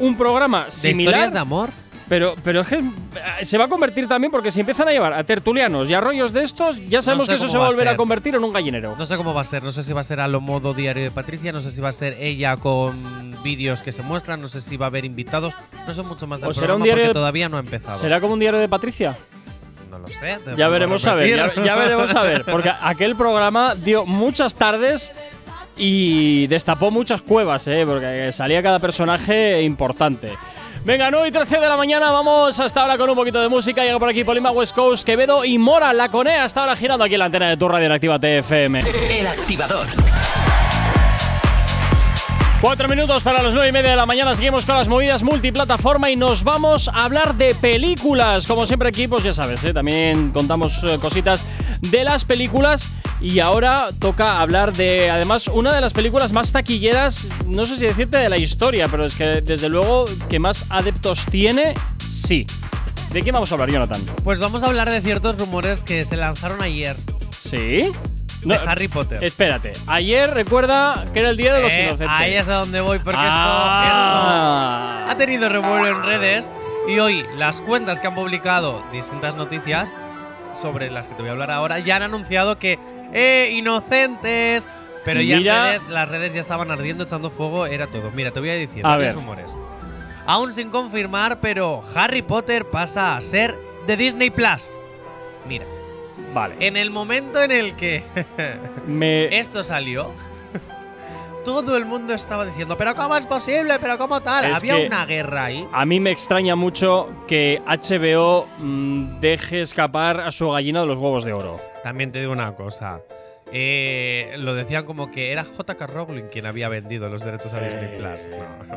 S3: un programa
S4: de historias
S3: similar,
S4: de amor.
S3: pero, pero es que eh, se va a convertir también porque si empiezan a llevar a tertulianos y a rollos de estos, ya sabemos
S4: sé
S3: que eso
S4: cómo
S3: se va
S4: va
S3: a
S4: a
S3: volver a
S4: ser.
S3: convertir en un gallinero.
S4: No sé cómo va a ser, no sé si va a ser a lo modo diario de Patricia, no sé si va a ser ella con vídeos que se muestran, no sé si va a haber invitados, no sé mucho más del
S3: O será
S4: programa
S3: un diario
S4: porque
S3: de-
S4: todavía no ha empezado.
S3: ¿Será como un diario de Patricia?
S4: No lo sé. te
S3: Ya
S4: lo
S3: veremos a
S4: puedo
S3: ver, ya,
S4: repetir.
S3: ya veremos a ver, porque aquel programa dio muchas tardes y destapó muchas cuevas, ¿eh? porque salía cada personaje importante. Venga, 9 y 13 de la mañana, vamos hasta ahora con un poquito de música. Llega por aquí Polima West Coast, Quevedo y Mora, la Conea, hasta ahora girando aquí en la antena de tu radio en Activa TFM.
S2: El activador.
S3: Cuatro minutos para las nueve y media de la mañana. Seguimos con las movidas multiplataforma y nos vamos a hablar de películas. Como siempre aquí, pues ya sabes, ¿eh? también contamos eh, cositas de las películas. Y ahora toca hablar de, además, una de las películas más taquilleras, no sé si decirte de la historia, pero es que desde luego que más adeptos tiene, sí. ¿De quién vamos a hablar, Jonathan?
S4: Pues vamos a hablar de ciertos rumores que se lanzaron ayer
S3: ¿Sí? No,
S4: de Harry Potter.
S3: espérate, ayer recuerda que era el Día de los
S4: Eh,
S3: Inocentes.
S4: ahí es a donde voy, porque
S3: Ah.
S4: esto, esto ha tenido revuelo en redes y hoy las cuentas que han publicado distintas noticias sobre las que te voy a hablar ahora ya han anunciado que ¡eh, inocentes! Pero ya en
S3: Mira.
S4: redes, las redes ya estaban ardiendo, echando fuego, era todo. Mira, te voy a decir
S3: A
S4: varios
S3: ver.
S4: rumores. Aún sin confirmar, pero Harry Potter pasa a ser de Disney Plus. Mira,
S3: Vale.
S4: en el momento en el que
S3: Me-
S4: esto salió, todo el mundo estaba diciendo, pero ¿cómo es posible? ¿Pero cómo tal?
S3: Es
S4: Había
S3: que-
S4: una guerra ahí.
S3: A mí me extraña mucho que HBO mm, deje escapar a su gallina de los huevos de oro.
S4: También te digo una cosa. eh, lo decían como que era J.K. Rowling quien había vendido los derechos a Disney Plus.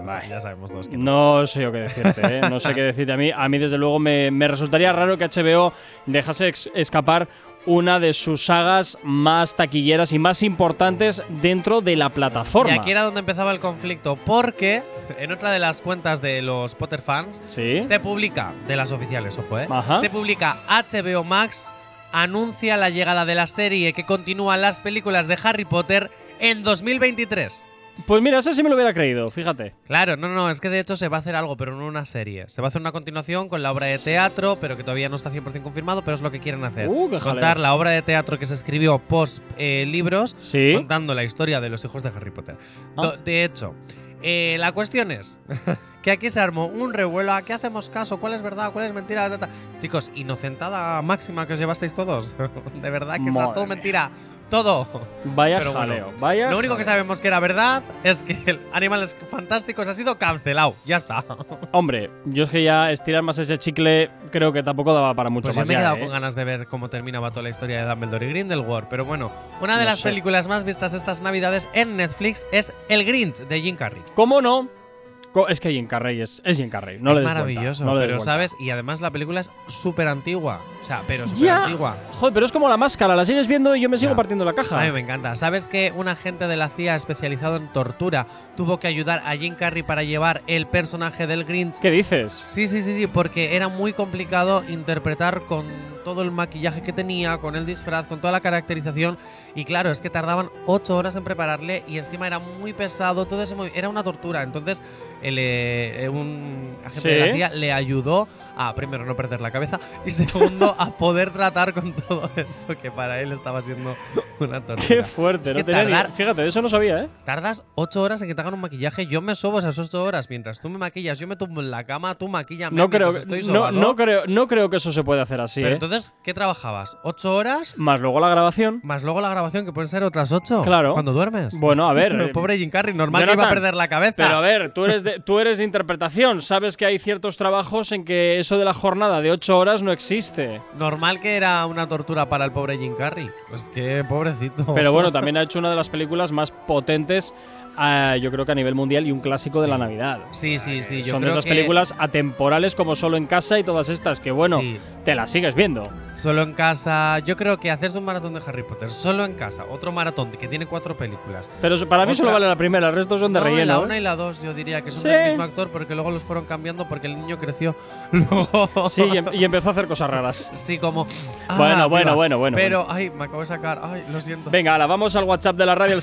S4: No, ya sabemos todos que no.
S3: Eh, No sé yo qué decirte, ¿eh? no sé qué decirte. A mí, a mí desde luego, me, me resultaría raro que HBO dejase ex- escapar una de sus sagas más taquilleras y más importantes dentro de la
S4: Y
S3: plataforma.
S4: aquí era donde empezaba el conflicto, porque en otra de las cuentas de los Potter fans
S3: Sí.
S4: se publica, de las oficiales, ojo, ¿eh?
S3: Ajá.
S4: Se publica HBO Max anuncia la llegada de la serie que continúa las películas de Harry Potter en 2023.
S3: Pues mira, ese sí me lo hubiera creído, fíjate.
S4: Claro, no, no, es que de hecho se va a hacer algo, pero no una serie. Se va a hacer una continuación con la obra de teatro, pero que todavía no está 100% confirmado, pero es lo que quieren hacer.
S3: Uh, qué jaleo.
S4: Contar la obra de teatro que se escribió post eh, libros,
S3: Sí.
S4: contando la historia de los hijos de Harry Potter.
S3: Ah.
S4: Do- De hecho, eh, la cuestión es que aquí se armó un revuelo, ¿a qué hacemos caso? ¿Cuál es verdad? ¿Cuál es mentira? Ta, ta. Chicos, inocentada máxima que os llevasteis todos. de verdad que
S3: Madre
S4: es todo
S3: mía.
S4: mentira. Todo.
S3: Vaya
S4: Pero bueno,
S3: jaleo, vaya.
S4: Lo único que
S3: jaleo.
S4: sabemos que era verdad es que el Animales Fantásticos ha sido cancelado. Ya está.
S3: Hombre, yo es que ya estirar más ese chicle creo que tampoco daba para mucho
S4: Pues yo
S3: más.
S4: me he
S3: ya,
S4: quedado
S3: ¿eh?
S4: con ganas de ver cómo terminaba toda la historia de Dumbledore y Grindelwald. Pero bueno, una de
S3: No
S4: las
S3: sé.
S4: películas más vistas estas navidades en Netflix es El Grinch de Jim Carrey.
S3: ¿Cómo no? Co- Es que Jim Carrey es, es Jim Carrey. No
S4: es
S3: le des
S4: maravilloso,
S3: cuenta, no le des
S4: pero
S3: cuenta.
S4: sabes, y además la película es súper antigua. O sea, pero súper
S3: Ya.
S4: antigua.
S3: Joder, pero es como la máscara. La sigues viendo y yo me sigo
S4: Ya.
S3: partiendo la caja.
S4: A mí me encanta. ¿Sabes que un agente de la CIA especializado en tortura tuvo que ayudar a Jim Carrey para llevar el personaje del Grinch
S3: ¿Qué dices?
S4: Sí, sí, sí, sí, porque era muy complicado interpretar con todo el maquillaje que tenía, con el disfraz, con toda la caracterización. Y claro, es que tardaban ocho horas en prepararle y encima era muy pesado, todo ese movi- era una tortura. Entonces, el, eh, un agente
S3: Sí.
S4: de la CIA le ayudó a, primero, no perder la cabeza y, segundo, a poder tratar con todo esto que para él estaba siendo una tortura.
S3: Qué fuerte,
S4: Es
S3: no
S4: que
S3: tenía ni-
S4: tardar
S3: Fíjate, de eso no sabía, ¿eh?
S4: Tardas ocho horas en que te hagan un maquillaje. Yo me sobo esas ocho horas. Mientras tú me maquillas, yo me tumbo en la cama, tú maquillame.
S3: No creo,
S4: mientras pues estoy
S3: no,
S4: sobado.
S3: no creo, no creo que eso se pueda hacer así,
S4: Pero
S3: ¿eh?
S4: entonces, ¿qué trabajabas? ¿Ocho horas?
S3: Más luego la grabación.
S4: Más luego la grabación, que pueden ser otras ocho.
S3: Claro.
S4: Cuando duermes.
S3: Bueno, a ver.
S4: El pobre Jim Carrey, normal que iba a
S3: Jonathan,
S4: perder la cabeza.
S3: Pero a ver, tú eres, de, tú eres de interpretación. Sabes que hay ciertos trabajos en que eso de la jornada de ocho horas no existe.
S4: Normal que era una tortura para el pobre Jim Carrey. Pues que pobrecito.
S3: Pero bueno, también ha hecho una de las películas más potentes, ah, yo creo que a nivel mundial, y un clásico de la Navidad.
S4: Sí, sí, sí. yo
S3: Son de
S4: creo
S3: esas
S4: que
S3: películas atemporales como Solo en Casa y todas estas, que bueno,
S4: Sí.
S3: te las sigues viendo.
S4: Solo en casa. Yo creo que hacerse un maratón de Harry Potter solo en casa. Otro maratón que tiene cuatro películas.
S3: Pero so- para mí solo
S4: Otra.
S3: vale la primera, el resto son de
S4: No,
S3: relleno.
S4: La
S3: ¿eh?
S4: 1 y la 2 yo diría que son
S3: Sí.
S4: del mismo actor porque luego los fueron cambiando porque el niño creció. Luego-
S3: Sí, y, em- y empezó a hacer cosas raras.
S4: Sí, como. ah,
S3: Bueno,
S4: viva.
S3: bueno, bueno, bueno.
S4: Pero, ay, me acabo de sacar. Ay, lo siento.
S3: Venga, ahora vamos al WhatsApp de la radio, el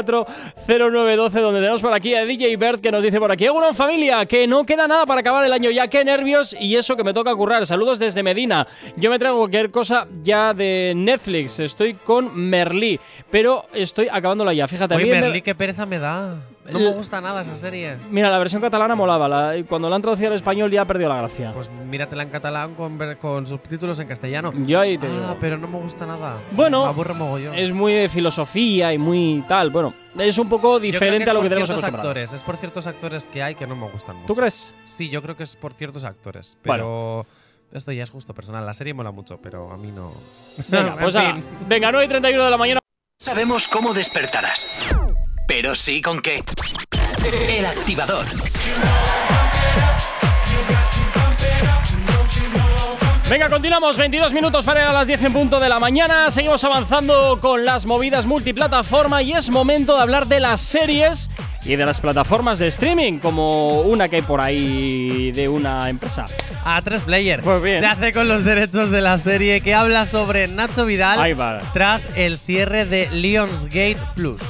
S3: 688-840912, donde tenemos por aquí a DJ Bert que nos dice por aquí: en familia! Que no queda nada para acabar el año ya, qué nervios y eso que me toca currar. Saludos desde Medina. Yo me traigo cualquier cosa ya de Netflix. Estoy con Merlí, pero estoy acabándola ya. Fíjate, a
S4: Uy,
S3: mí me- Eh.
S4: Merlí, qué pereza me da. No me gusta nada esa serie.
S3: Mira, la versión catalana molaba. la- y cuando la han traducido al español ya ha perdido la gracia.
S4: Pues míratela en catalán con, ver- con subtítulos en castellano.
S3: Yo ahí Mm, te
S4: ah,
S3: digo.
S4: pero no me gusta nada.
S3: Bueno,
S4: Me aburre mogollón.
S3: Es muy de filosofía y muy tal. Bueno, es un poco
S4: Yo creo
S3: diferente
S4: que es
S3: a lo que
S4: por
S3: tenemos
S4: ciertos
S3: acostumbrado.
S4: actores, Es por ciertos actores que hay que no me gustan mucho.
S3: ¿Tú crees?
S4: Sí, yo creo que es por ciertos actores.
S3: Bueno.
S4: Pero esto ya es gusto personal. La serie mola mucho, pero a mí no.
S3: Venga,
S4: En
S3: pues
S4: fin.
S3: ala. Venga, 9 y 31 de la mañana.
S2: Sabemos cómo despertarás. Pero sí con qué. El activador.
S3: Venga, continuamos. 22 minutos para llegar a las 10 en punto de la mañana. Seguimos avanzando con las movidas multiplataforma y es momento de hablar de las series y de las plataformas de streaming, como una que hay por ahí de una empresa.
S4: A3 Player
S3: Pues bien.
S4: se hace con los derechos de la serie que habla sobre Nacho Vidal
S3: Ahí va.
S4: tras el cierre de Lionsgate Plus.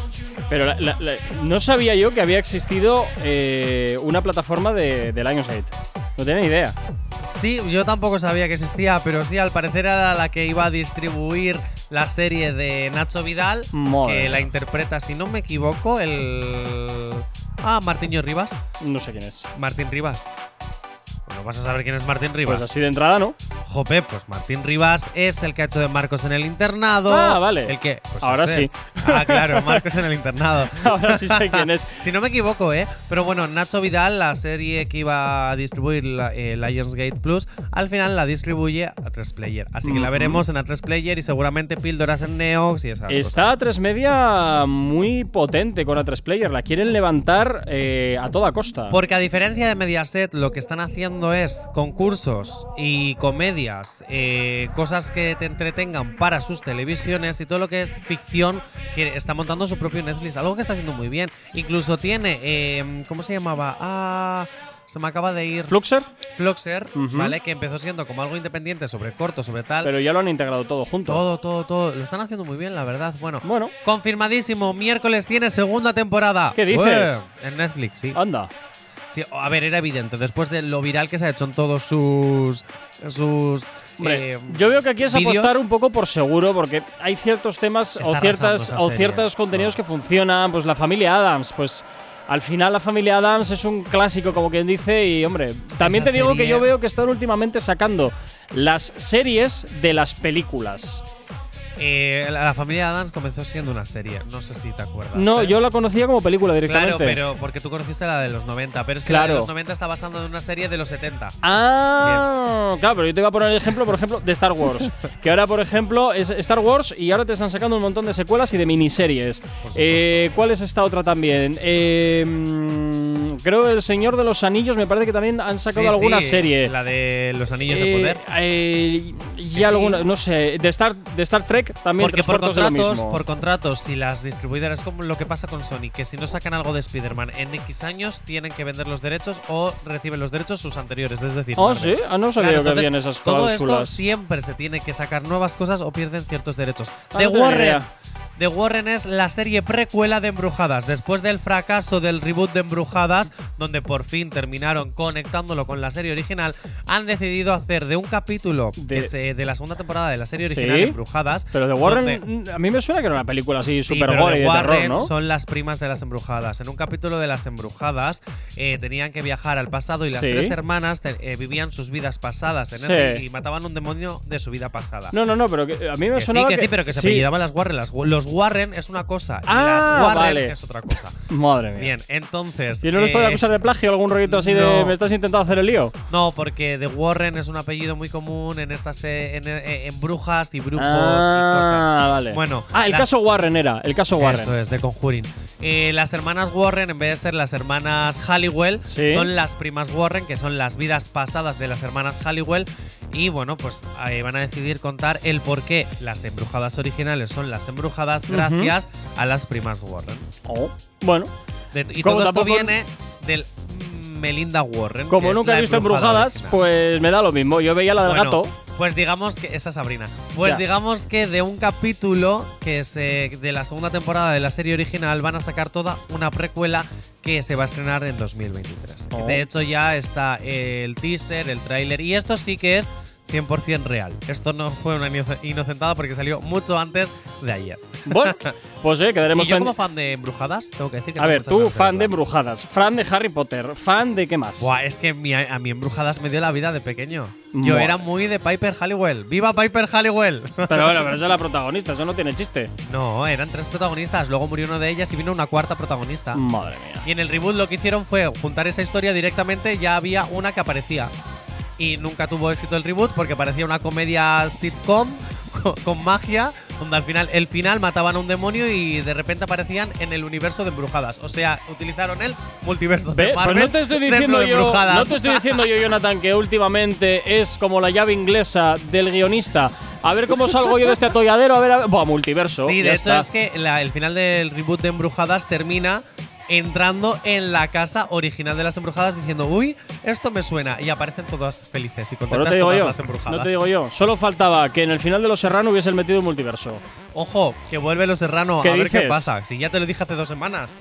S3: Pero la- la- la- no sabía yo que había existido eh, una plataforma de, de Lionsgate. No tenía ni idea.
S4: Sí, yo tampoco sabía que existía, pero sí, al parecer era la que iba a distribuir la serie de Nacho Vidal,
S3: Madre
S4: que
S3: mía.
S4: la interpreta, si no me equivoco, el... Ah, Martiño Rivas.
S3: No sé quién es.
S4: Martín Rivas. Pues No vas a saber quién es Martín Rivas.
S3: Pues así de entrada, ¿no?
S4: Jope, pues Martín Rivas es el que ha hecho de Marcos en el internado.
S3: Ah, vale.
S4: El que. pues
S3: Ahora
S4: ese.
S3: sí.
S4: Ah, claro, Marcos en el internado.
S3: Ahora sí sé quién es.
S4: si no me equivoco, ¿eh? Pero bueno, Nacho Vidal, la serie que iba a distribuir la- eh, Lionsgate Plus, al final la distribuye a 3Player. Así que la
S3: Ujú.
S4: veremos en A3Player y seguramente píldoras en Neox y esas
S3: Está a 3 media muy potente con A3 Player. La quieren levantar eh, a toda costa.
S4: Porque a diferencia de Mediaset, lo que están haciendo es concursos y comedias, eh, cosas que te entretengan para sus televisiones y todo lo que es ficción, que está montando su propio Netflix, algo que está haciendo muy bien. Incluso tiene, eh, ¿cómo se llamaba? Ah, se me acaba de ir.
S3: Fluxer,
S4: Fluxer,
S3: Ujú.
S4: ¿vale? Que empezó siendo como algo independiente sobre corto, sobre tal.
S3: pero ya lo han integrado todo junto.
S4: todo, todo, todo. Lo están haciendo muy bien, la verdad. Bueno,
S3: Bueno,
S4: confirmadísimo. Miércoles tiene segunda temporada.
S3: ¿Qué dices?
S4: Ué, en Netflix, sí.
S3: anda.
S4: Sí, a ver, era evidente. Después de lo viral que se ha hecho en todos sus. sus.
S3: Hombre,
S4: eh,
S3: yo veo que aquí es
S4: vídeos.
S3: apostar un poco por seguro, porque hay ciertos temas
S4: Está
S3: o ciertas
S4: arrasando
S3: o
S4: esa
S3: ciertos
S4: serie.
S3: contenidos que funcionan. Pues la familia Adams, pues al final la familia Adams es un clásico, como quien dice, y hombre, también
S4: Esa
S3: te digo que
S4: serie-
S3: yo veo que están últimamente sacando las series de las películas.
S4: eh, la, la familia Adams comenzó siendo una serie. No sé si te acuerdas.
S3: No,
S4: ¿eh?
S3: yo la conocía como película directamente.
S4: Claro, pero porque tú conociste la de los 90. Pero es que la
S3: Claro.
S4: de los 90 está basada en una serie de los 70.
S3: Ah, claro, pero yo te iba a poner el ejemplo, por ejemplo, de Star Wars. que ahora, por ejemplo, es Star Wars y ahora te están sacando un montón de secuelas y de miniseries. Eh, ¿Cuál es esta otra también? Eh, mm, creo El Señor de los Anillos, me parece que también han sacado
S4: Sí,
S3: alguna
S4: sí,
S3: serie.
S4: La de los anillos
S3: Eh,
S4: de poder.
S3: eh, y alguna, no sé, de Star, de Star Trek también
S4: Porque
S3: tres
S4: por
S3: cuartos de lo
S4: contratos,
S3: mismo. Ah,
S4: por contratos, si las distribuidoras, es como lo que pasa con Sony, que si no sacan algo de Spider-Man en X años, tienen que vender los derechos o reciben los derechos sus anteriores. Es decir,
S3: Ah, sí,
S4: Marvel.
S3: ah, no sabía
S4: Claro,
S3: que
S4: entonces,
S3: habían esas
S4: Todo esto
S3: cláusulas.
S4: siempre se tiene que sacar nuevas cosas o pierden ciertos derechos.
S3: Ah,
S4: The
S3: no tenía ni
S4: Warren.
S3: idea.
S4: The Warren es la serie precuela de Embrujadas. Después del fracaso del reboot de Embrujadas, donde por fin terminaron conectándolo con la serie original, han decidido hacer de un capítulo que
S3: De-
S4: se- de la segunda temporada de la serie original
S3: Sí.
S4: Embrujadas.
S3: Pero de
S4: donde-
S3: Warren, a mí me suena que era una película así
S4: Sí,
S3: super
S4: pero
S3: gore y
S4: The
S3: de terror,
S4: Warren
S3: ¿no?
S4: Son las primas de las embrujadas. En un capítulo de las embrujadas eh, tenían que viajar al pasado y las
S3: Sí.
S4: tres hermanas te- eh, vivían sus vidas pasadas en
S3: Sí.
S4: ese- y mataban un demonio de su vida pasada.
S3: No, no, no, pero que- eh, a mí me
S4: Que sí,
S3: sonaba
S4: que sí, pero que se apellidaban las Warren. Las- los Warren es una cosa y
S3: Ah,
S4: las Warren
S3: vale.
S4: es otra cosa.
S3: Madre mía.
S4: Bien, entonces.
S3: ¿Y no les
S4: eh,
S3: puede acusar de plagio o algún rollito así de
S4: no.
S3: me estás intentando hacer el lío?
S4: No, porque The Warren es un apellido muy común en estas eh, en, eh, en brujas y brujos y cosas.
S3: ah, vale.
S4: Bueno,
S3: ah, el
S4: las-
S3: caso Warren era, el caso Warren.
S4: Eso es, de Conjuring. Eh, las hermanas Warren, en vez de ser las hermanas Halliwell,
S3: Sí.
S4: son las primas Warren, que son las vidas pasadas de las hermanas Halliwell. Y bueno, pues ahí van a decidir contar el por qué las embrujadas originales son las embrujadas
S3: Ujú.
S4: gracias a las primas Warren.
S3: Oh, Bueno,
S4: De- y
S3: Como
S4: todo esto
S3: tampoco-
S4: viene del mm, Melinda Warren. que
S3: como
S4: es
S3: nunca
S4: la
S3: he visto
S4: embrujada
S3: embrujadas,
S4: original.
S3: pues me da lo mismo. Yo veía la del
S4: Bueno,
S3: gato.
S4: Pues digamos que. Esa Sabrina. Pues
S3: Ya.
S4: digamos que de un capítulo que se, de la segunda temporada de la serie original van a sacar toda una precuela que se va a estrenar en 2023.
S3: Oh.
S4: De hecho, ya está el teaser, el tráiler. Y esto sí que es 100% real. Esto no fue una ino- inocentada porque salió mucho antes de ayer.
S3: Bueno, pues eh, quedaremos
S4: Y yo,
S3: pen-
S4: como fan de Embrujadas, tengo que decir que.
S3: A
S4: tengo
S3: ver,
S4: muchas
S3: tú,
S4: ganas
S3: fan de
S4: verla.
S3: embrujadas, fan de Harry Potter, fan de qué más.
S4: Buah, es que mi- a mí Embrujadas me dio la vida de pequeño. Yo
S3: Madre.
S4: era muy de Piper Halliwell. ¡Viva Piper Halliwell!
S3: Pero bueno, pero esa es la protagonista, eso no tiene chiste.
S4: No, eran tres protagonistas. Luego murió una de ellas y vino una cuarta protagonista.
S3: Madre mía.
S4: Y en el reboot lo que hicieron fue juntar esa historia directamente. Ya había una que aparecía. Y nunca tuvo éxito el reboot porque parecía una comedia sitcom co- con magia. Donde al final, el final mataban a un demonio y de repente aparecían en el universo de embrujadas. O sea, utilizaron el multiverso
S3: Ve,
S4: de
S3: Pues
S4: Marvel.
S3: no te estoy
S4: templo
S3: diciendo
S4: de
S3: yo,
S4: embrujadas.
S3: no te estoy diciendo yo, Jonathan, que últimamente es como la llave inglesa del guionista. A ver cómo salgo yo de este atolladero, a ver, a ver. Buah, multiverso.
S4: Sí, de
S3: ya
S4: hecho
S3: está.
S4: es que la- el final del reboot de Embrujadas termina entrando en la casa original de las embrujadas diciendo, uy, esto me suena. Y aparecen todas felices y
S3: Pues
S4: contentas
S3: no te digo
S4: todas
S3: yo,
S4: las embrujadas.
S3: no te digo yo. Solo faltaba que en el final de Los Serrano hubiesen metido un multiverso.
S4: Ojo, que vuelve Los Serrano, a
S3: ¿Qué
S4: ver qué
S3: dices?
S4: pasa. Si ya te lo dije hace dos semanas,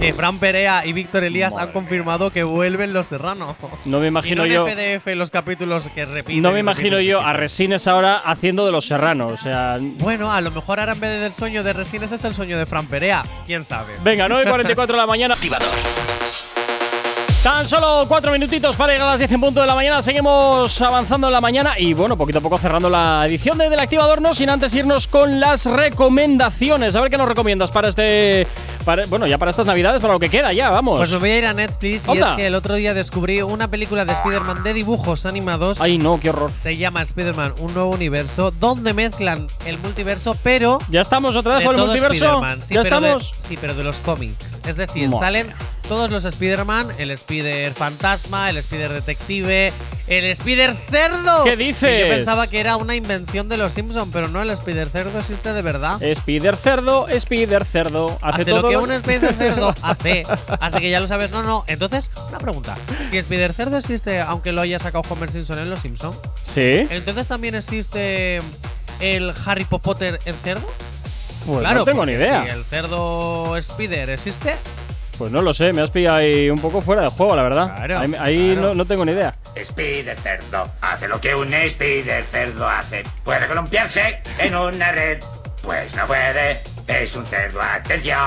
S4: que Fran Perea y Víctor Elías han confirmado que vuelven Los Serrano.
S3: No me
S4: Y no
S3: imagino
S4: en
S3: yo.
S4: PDF los capítulos que repiten.
S3: No me
S4: y
S3: imagino
S4: repiten y
S3: yo
S4: repiten.
S3: a Resines ahora haciendo de los serranos. O sea.
S4: Bueno, a lo mejor ahora en vez del sueño de Resines es el sueño de Fran Perea. ¿Quién sabe?
S3: Venga, 9 y 44 de la mañana.
S2: Activador.
S3: Tan solo cuatro minutitos para llegar a las 10 en punto de la mañana. Seguimos avanzando en la mañana y bueno, poquito a poco cerrando la edición de Del Activador, no sin antes irnos con las recomendaciones. A ver qué nos recomiendas para este. para- bueno, ya para estas navidades, para lo que queda, ya, vamos.
S4: Pues me voy a ir a Netflix y
S3: Anda.
S4: es que el otro día descubrí una película de Spider-Man de dibujos animados.
S3: Ay, no, qué horror.
S4: Se llama Spider-Man Un Nuevo Universo, donde mezclan el multiverso, pero.
S3: ¿Ya estamos otra
S4: De
S3: vez con el
S4: todo
S3: multiverso?
S4: Spider-Man. Sí,
S3: ¿Ya
S4: pero de-
S3: estamos?
S4: sí, pero de los cómics. Es decir,
S3: Madre
S4: salen todos los Spider-Man: el Spider Fantasma, el Spider Detective, el Spider Cerdo.
S3: ¿Qué
S4: Que
S3: dices?
S4: Yo pensaba que era una invención de los Simpsons, pero no, el Spider Cerdo existe de verdad.
S3: Spider cerdo, Spider cerdo. Hace,
S4: Hace
S3: todo
S4: lo que un Spider Cerdo hace. Así que ya lo sabes. No, no. Entonces, una pregunta. Si Spider Cerdo existe, aunque lo haya sacado Homer Simpson en Los Simpsons,
S3: Sí.
S4: entonces también existe el Harry Potter en cerdo.
S3: Pues no tengo ni
S4: porque
S3: idea.
S4: Si el cerdo Spider existe,
S3: Pues no lo sé, me has pillado ahí un poco fuera de juego, la verdad.
S4: Claro,
S3: ahí ahí
S4: claro.
S3: No, no tengo ni idea.
S11: Spider cerdo hace lo que un Spider cerdo hace. Puede columpiarse en una red. Pues no puede. Es un cerdo.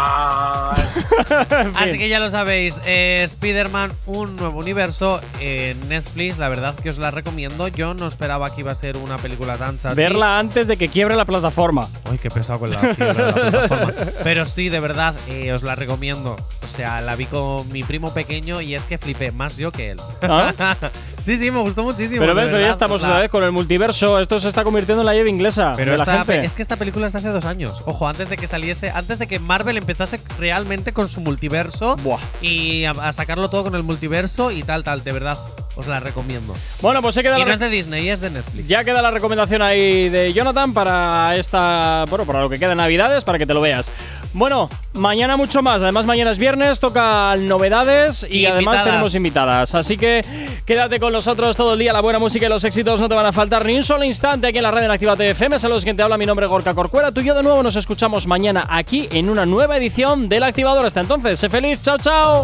S11: Atención.
S4: Así que ya lo sabéis, eh, Spider-Man, un nuevo universo en Netflix, la verdad que os la recomiendo. Yo no esperaba que iba a ser una película tan chachi.
S3: Verla antes de que quiebre la plataforma.
S4: Uy, qué pesado con la, fibra de la plataforma. Pero sí, de verdad, eh, os la recomiendo. O sea, la vi con mi primo pequeño y es que flipé más yo que él.
S3: ¿Ah?
S4: sí, sí, me gustó muchísimo.
S3: Pero
S4: de
S3: ves, pero ya
S4: verdad,
S3: estamos
S4: os la-
S3: otra vez con el multiverso. Esto se está convirtiendo en la llave inglesa
S4: Pero
S3: de la
S4: esta
S3: gente.
S4: pe- es que esta película es de hace dos años. Ojo, antes de que saliese, antes de que Marvel empezase realmente con su multiverso
S3: Buah.
S4: y a, a sacarlo todo con el multiverso y tal, tal, de verdad. Os la recomiendo.
S3: Bueno, pues se queda
S4: Y
S3: la
S4: no es de Disney, es de Netflix.
S3: Ya queda la recomendación ahí de Jonathan para esta. Bueno, para lo que queda de Navidades, para que te lo veas. Bueno, mañana mucho más. Además, mañana es viernes, toca novedades y,
S4: Y
S3: además
S4: invitadas.
S3: tenemos invitadas. Así que quédate con nosotros todo el día. La buena música y los éxitos no te van a faltar ni un solo instante aquí en la red en Actívate FM. Saludos, quien te habla. Mi nombre es Gorka Corcuera. Tú y yo de nuevo nos escuchamos mañana aquí en una nueva edición del Activador. Hasta entonces, sé feliz. Chao, chao.